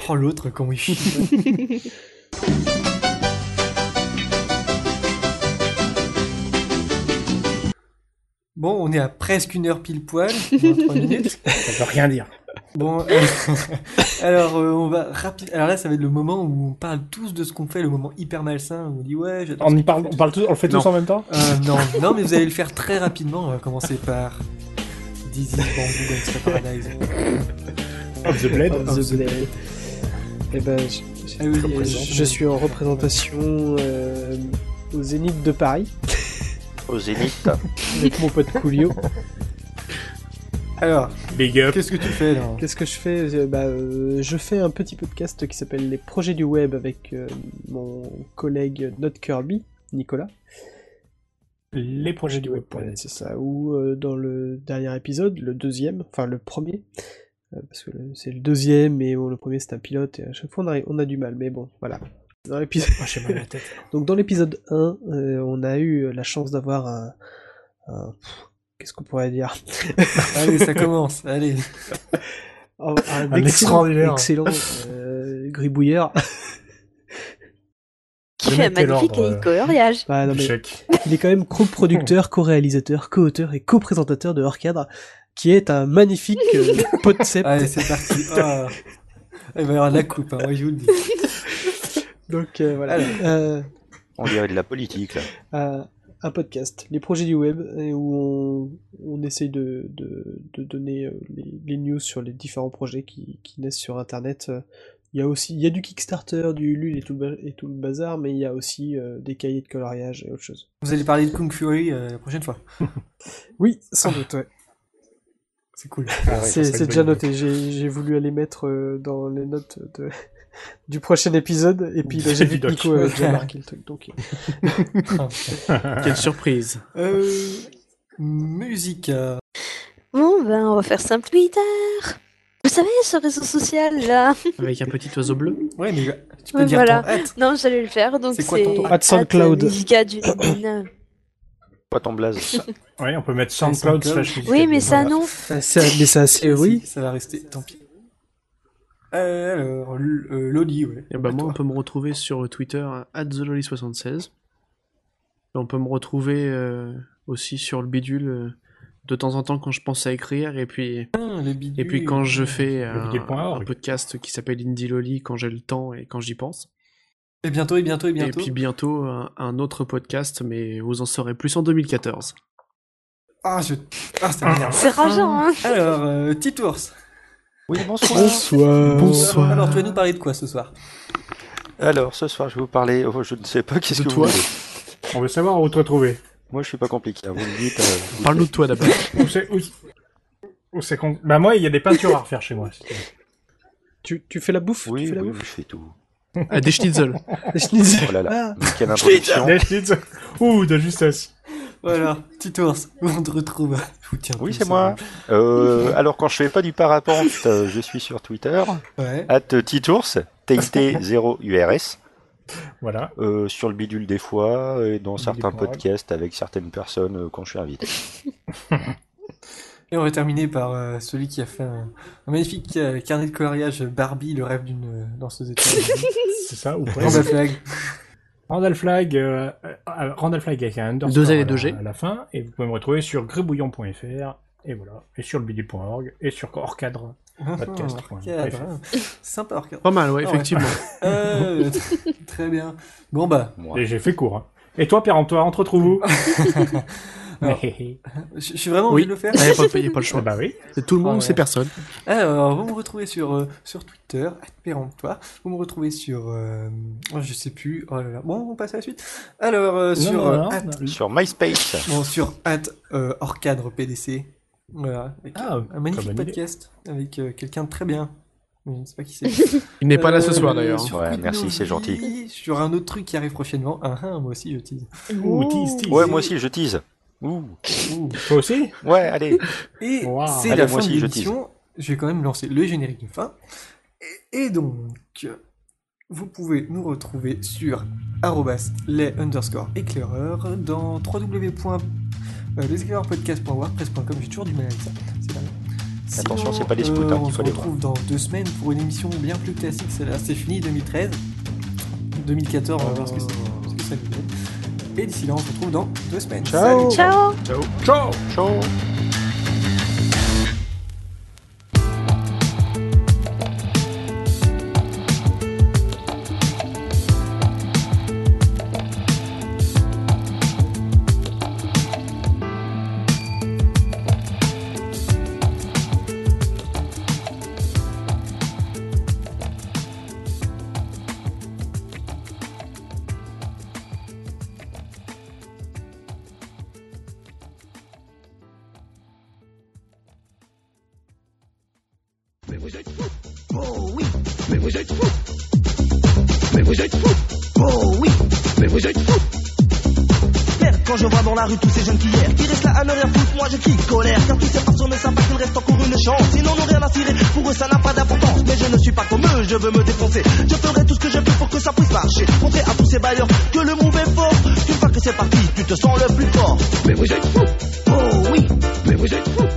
Speaker 1: oh l'autre, comment il chie. Bon, on est à presque une heure pile poil, moins trois minutes.
Speaker 2: Ça veut rien dire.
Speaker 1: Bon, euh, alors euh, on va rapide. Alors là, ça va être le moment où on parle tous de ce qu'on fait, le moment hyper malsain où on dit ouais. j'adore ce
Speaker 2: On y
Speaker 1: qu'on
Speaker 2: parle,
Speaker 1: fait.
Speaker 2: on parle tous, on le fait tous en même temps
Speaker 1: Euh, non, non, mais vous allez le faire très rapidement. On va commencer par Dizzy Bamboo Gangsta Paradise.
Speaker 2: Of the Blade.
Speaker 7: Of the Blade. Eh ben, je- je,
Speaker 1: Ah oui,
Speaker 2: euh,
Speaker 7: je-
Speaker 1: présent.
Speaker 7: je suis en représentation euh, au Zénith de Paris
Speaker 3: Au Zénith.
Speaker 7: avec mon pote Coolio.
Speaker 1: Alors,
Speaker 2: Big up.
Speaker 1: qu'est-ce que tu fais là
Speaker 7: Qu'est-ce que je fais Euh, bah, euh, Je fais un petit podcast qui s'appelle Les projets du web avec euh, mon collègue Not Kirby, Nicolas.
Speaker 2: Les projets du web.net.
Speaker 7: Ouais, c'est ça. Ou euh, dans le dernier épisode, le deuxième, enfin le premier, euh, parce que le- c'est le deuxième et bon, le premier c'est un pilote et à chaque fois on, arrive, on a du mal, mais bon, voilà. Dans l'épisode-
Speaker 2: Oh, j'ai mal à la tête.
Speaker 7: Donc dans l'épisode 1, euh, on a eu la chance d'avoir un... un- pff, Qu'est-ce qu'on pourrait dire
Speaker 1: Allez, ça commence. Allez.
Speaker 7: Oh, Un, un
Speaker 2: extraordinaire.
Speaker 7: Excellent euh, gribouilleur.
Speaker 4: Qui
Speaker 2: Le
Speaker 4: fait un
Speaker 2: mec, quel
Speaker 4: magnifique
Speaker 2: ordre, euh.
Speaker 4: coloriage.
Speaker 7: Ah, non, mais
Speaker 2: Échec.
Speaker 7: il est quand même co-producteur, co-réalisateur, co-auteur et co-présentateur de Hors Cadre, qui est un magnifique euh, pot de sept.
Speaker 1: Allez, c'est parti. Ah. Il va y avoir de la coupe, hein, moi je vous le dis.
Speaker 7: Donc euh, voilà.
Speaker 1: Alors.
Speaker 7: Euh,
Speaker 3: On dirait de la politique, là.
Speaker 7: un- un podcast, les projets du web, et où on, on essaye de, de, de donner euh, les, les news sur les différents projets qui, qui naissent sur Internet. Euh, Il y a aussi il y a du Kickstarter, du Ulule et tout, le ba- et tout le bazar, mais il y a aussi euh, des cahiers de coloriage et autre chose.
Speaker 1: Vous allez parler de Kung Fury euh, la prochaine fois.
Speaker 7: Oui, sans doute, ouais.
Speaker 1: C'est cool.
Speaker 2: Ah ouais, ça
Speaker 7: C'est
Speaker 2: serait
Speaker 7: c'est
Speaker 2: une
Speaker 7: déjà
Speaker 2: bonne idée.
Speaker 7: noté, j'ai j'ai voulu aller mettre euh, dans les notes de- du prochain épisode, et puis là, j'ai
Speaker 2: Du
Speaker 7: vu que
Speaker 2: doc.
Speaker 7: Nico avait déjà marqué le truc, donc... euh.
Speaker 5: Ah, Quelle surprise.
Speaker 1: Euh, musique. euh,
Speaker 4: Bon, ben, on va faire simple Twitter. Vous savez, ce réseau social là
Speaker 5: Avec un petit oiseau bleu.
Speaker 1: Ouais, mais tu peux
Speaker 4: Ouais,
Speaker 1: dire
Speaker 4: voilà.
Speaker 1: ton hâte.
Speaker 4: Non, j'allais le faire, donc
Speaker 1: C'est quoi ton-
Speaker 7: At SoundCloud.
Speaker 4: Musica du Domaine.
Speaker 3: Pas ton blaze.
Speaker 2: Ouais, on peut mettre
Speaker 1: SoundCloud.
Speaker 2: SoundCloud slash musique.
Speaker 4: Oui, mais ça, non.
Speaker 7: Mais Ah, c'est
Speaker 5: Eh
Speaker 7: assez...
Speaker 1: Si, Ça va rester, tant pis. Euh, alors, l- euh, Loli, ouais.
Speaker 5: Et bah
Speaker 1: À
Speaker 5: moi, on
Speaker 1: toi.
Speaker 5: peut me retrouver sur Twitter at TheLolly76. Et on peut me retrouver euh, aussi sur le bidule euh, de temps en temps quand je pense à écrire. Et puis,
Speaker 1: Ah, le bidule.
Speaker 5: et puis quand je fais un,
Speaker 2: bidule.org.
Speaker 5: un podcast qui s'appelle Indie Lolly quand j'ai le temps et quand j'y pense.
Speaker 1: Et bientôt, et bientôt, et bientôt.
Speaker 5: Et puis bientôt un, un autre podcast, mais vous en saurez plus en 2014.
Speaker 1: Ah, je... Ah, ça m'énerve.
Speaker 4: C'est rageant, hein
Speaker 1: Alors, euh, Tite Ours.
Speaker 3: Oui, bonsoir.
Speaker 7: Bonsoir
Speaker 5: Bonsoir.
Speaker 1: Euh, Alors, tu vas nous parler de quoi ce soir
Speaker 3: Alors, ce soir, je vais vous parler. oh, je ne sais pas qu'est-ce
Speaker 5: De
Speaker 3: que
Speaker 5: toi.
Speaker 3: vous voulez.
Speaker 2: On veut savoir où te retrouver.
Speaker 3: Moi, je suis pas compliqué. hein, Vous me dites. euh, vous
Speaker 5: Parle-nous de toi d'abord.
Speaker 2: Où c'est où, où c'est qu'on- Bah moi, il y a des peintures à refaire chez moi. si tu veux.
Speaker 7: Tu, tu fais la bouffe
Speaker 3: faites- Oui,
Speaker 7: Tu fais la
Speaker 3: oui,
Speaker 7: bouffe
Speaker 3: je fais tout.
Speaker 5: Ah, des schnitzels.
Speaker 3: Oh là là, mais quelle
Speaker 2: Ah,
Speaker 3: introduction.
Speaker 2: des schnitz. Ouh, de justesse.
Speaker 1: Voilà, Tite Ours, où on te retrouve Je vous tiens
Speaker 3: Oui,
Speaker 1: tous,
Speaker 3: c'est moi. Euh, alors, quand je fais pas du parapente, euh, je suis sur Twitter,
Speaker 1: hein. Ouais.
Speaker 3: at Titours, TIT0URS,
Speaker 2: Voilà.
Speaker 3: euh, sur le bidule des fois, et dans
Speaker 2: Bidule
Speaker 3: certains
Speaker 2: parole.
Speaker 3: podcasts avec certaines personnes euh, quand je suis invité.
Speaker 1: Et on va terminer par euh, celui qui a fait un, un magnifique euh, carnet de coloriage Barbie, le rêve d'une euh, danseuse étoile.
Speaker 2: C'est ça ou pas
Speaker 1: Randall Flagg.
Speaker 2: Randall Flag, euh, euh, Randall Flag avec un underscore
Speaker 5: Deux
Speaker 2: à
Speaker 5: L et
Speaker 2: la-
Speaker 5: deux G.
Speaker 2: à la fin, et vous pouvez me retrouver sur gribouillon.fr, et voilà, et sur le bidule.org, et sur Orcadre. Podcast,
Speaker 1: Ah,
Speaker 2: ouais,
Speaker 1: Orcadre,
Speaker 2: bref.
Speaker 1: hein. Sympa, Orcadre.
Speaker 5: Pas mal, ouais,
Speaker 1: Ah ouais.
Speaker 5: effectivement.
Speaker 1: Euh, très bien. Bon, bah,
Speaker 3: Moi.
Speaker 2: Et j'ai fait court. hein. Et toi, Péremptoire, on te retrouve où
Speaker 1: Alors.
Speaker 2: Eh, eh, eh.
Speaker 1: je je suis vraiment
Speaker 5: Oui.
Speaker 1: obligé de le faire.
Speaker 5: Il n'y a, pas- y a pas le
Speaker 2: Ah
Speaker 5: choix.
Speaker 2: bah oui.
Speaker 5: C'est tout le monde
Speaker 1: Ah
Speaker 5: ou
Speaker 1: ouais.
Speaker 5: c'est personne.
Speaker 1: Alors, vous me retrouvez sur, euh, sur Twitter, toi. Vous me retrouvez sur. euh, oh, je sais plus. Oh là là. Bon, on passe à la suite. Alors, euh,
Speaker 2: Non,
Speaker 1: sur.
Speaker 2: non,
Speaker 1: euh,
Speaker 2: non,
Speaker 1: at-
Speaker 2: non.
Speaker 3: Sur MySpace.
Speaker 1: Bon, sur at, euh, Orcadre PDC. Voilà. Avec
Speaker 2: Ah,
Speaker 1: un
Speaker 2: très
Speaker 1: magnifique
Speaker 2: bonne idée.
Speaker 1: podcast avec euh, quelqu'un de très bien. Mais Je ne sais pas qui c'est.
Speaker 5: Il n'est pas là ce
Speaker 1: Euh,
Speaker 5: soir d'ailleurs.
Speaker 1: sur
Speaker 3: Ouais,
Speaker 1: Quid
Speaker 3: merci,
Speaker 1: Novi,
Speaker 3: c'est gentil.
Speaker 1: Sur un autre truc qui arrive prochainement. Ah, ah, moi aussi, je tease.
Speaker 2: Ouh, tease, tease.
Speaker 3: Ouais, moi aussi, je tease. Ouh.
Speaker 1: Ouh.
Speaker 2: Toi aussi
Speaker 3: Ouais, allez.
Speaker 1: Et
Speaker 2: Wow.
Speaker 1: c'est
Speaker 3: Allez,
Speaker 1: la
Speaker 3: moi
Speaker 1: fin de
Speaker 3: aussi, je
Speaker 1: l'émission. Je vais quand même lancer le générique de fin. Et, et donc, vous pouvez nous retrouver sur arrobas les underscore éclaireurs dans euh, www.leséclaireuspodcast.wordpress.com. J'ai toujours du mal avec ça. C'est pas mal.
Speaker 3: Attention,
Speaker 1: Sinon, euh,
Speaker 3: c'est pas les scouts, hein,
Speaker 1: on
Speaker 3: qu'il faut
Speaker 1: se
Speaker 3: aller voir.
Speaker 1: retrouve dans deux semaines pour une émission bien plus classique. Celle-là, c'est fini 2013. 2014, on va voir
Speaker 3: Oh.
Speaker 1: ce que, c'est- ce que ça nous donne. Et d'ici là, on se retrouve dans deux semaines. Salut.
Speaker 4: Ciao
Speaker 2: Ciao
Speaker 3: Ciao.
Speaker 6: Mais vous êtes fous Oh oui Mais vous êtes fous Mais vous êtes fous Oh oui Mais vous êtes fous Merde, quand je vois dans la rue tous ces jeunes qui errent, qui restent là à ne rien foutre, moi je quitte colère. Car tous ces personnes ne savent pas qu'il reste encore une chance. Ils n'en ont rien à cirer, pour eux ça n'a pas d'importance. Mais je ne suis pas comme eux, je veux me défoncer. Je ferai tout ce que je peux pour que ça puisse marcher. Montrer à tous ces bailleurs que le move est fort. Une fois que c'est parti, tu te sens le plus fort. Mais vous êtes fous Oh oui Mais vous êtes fous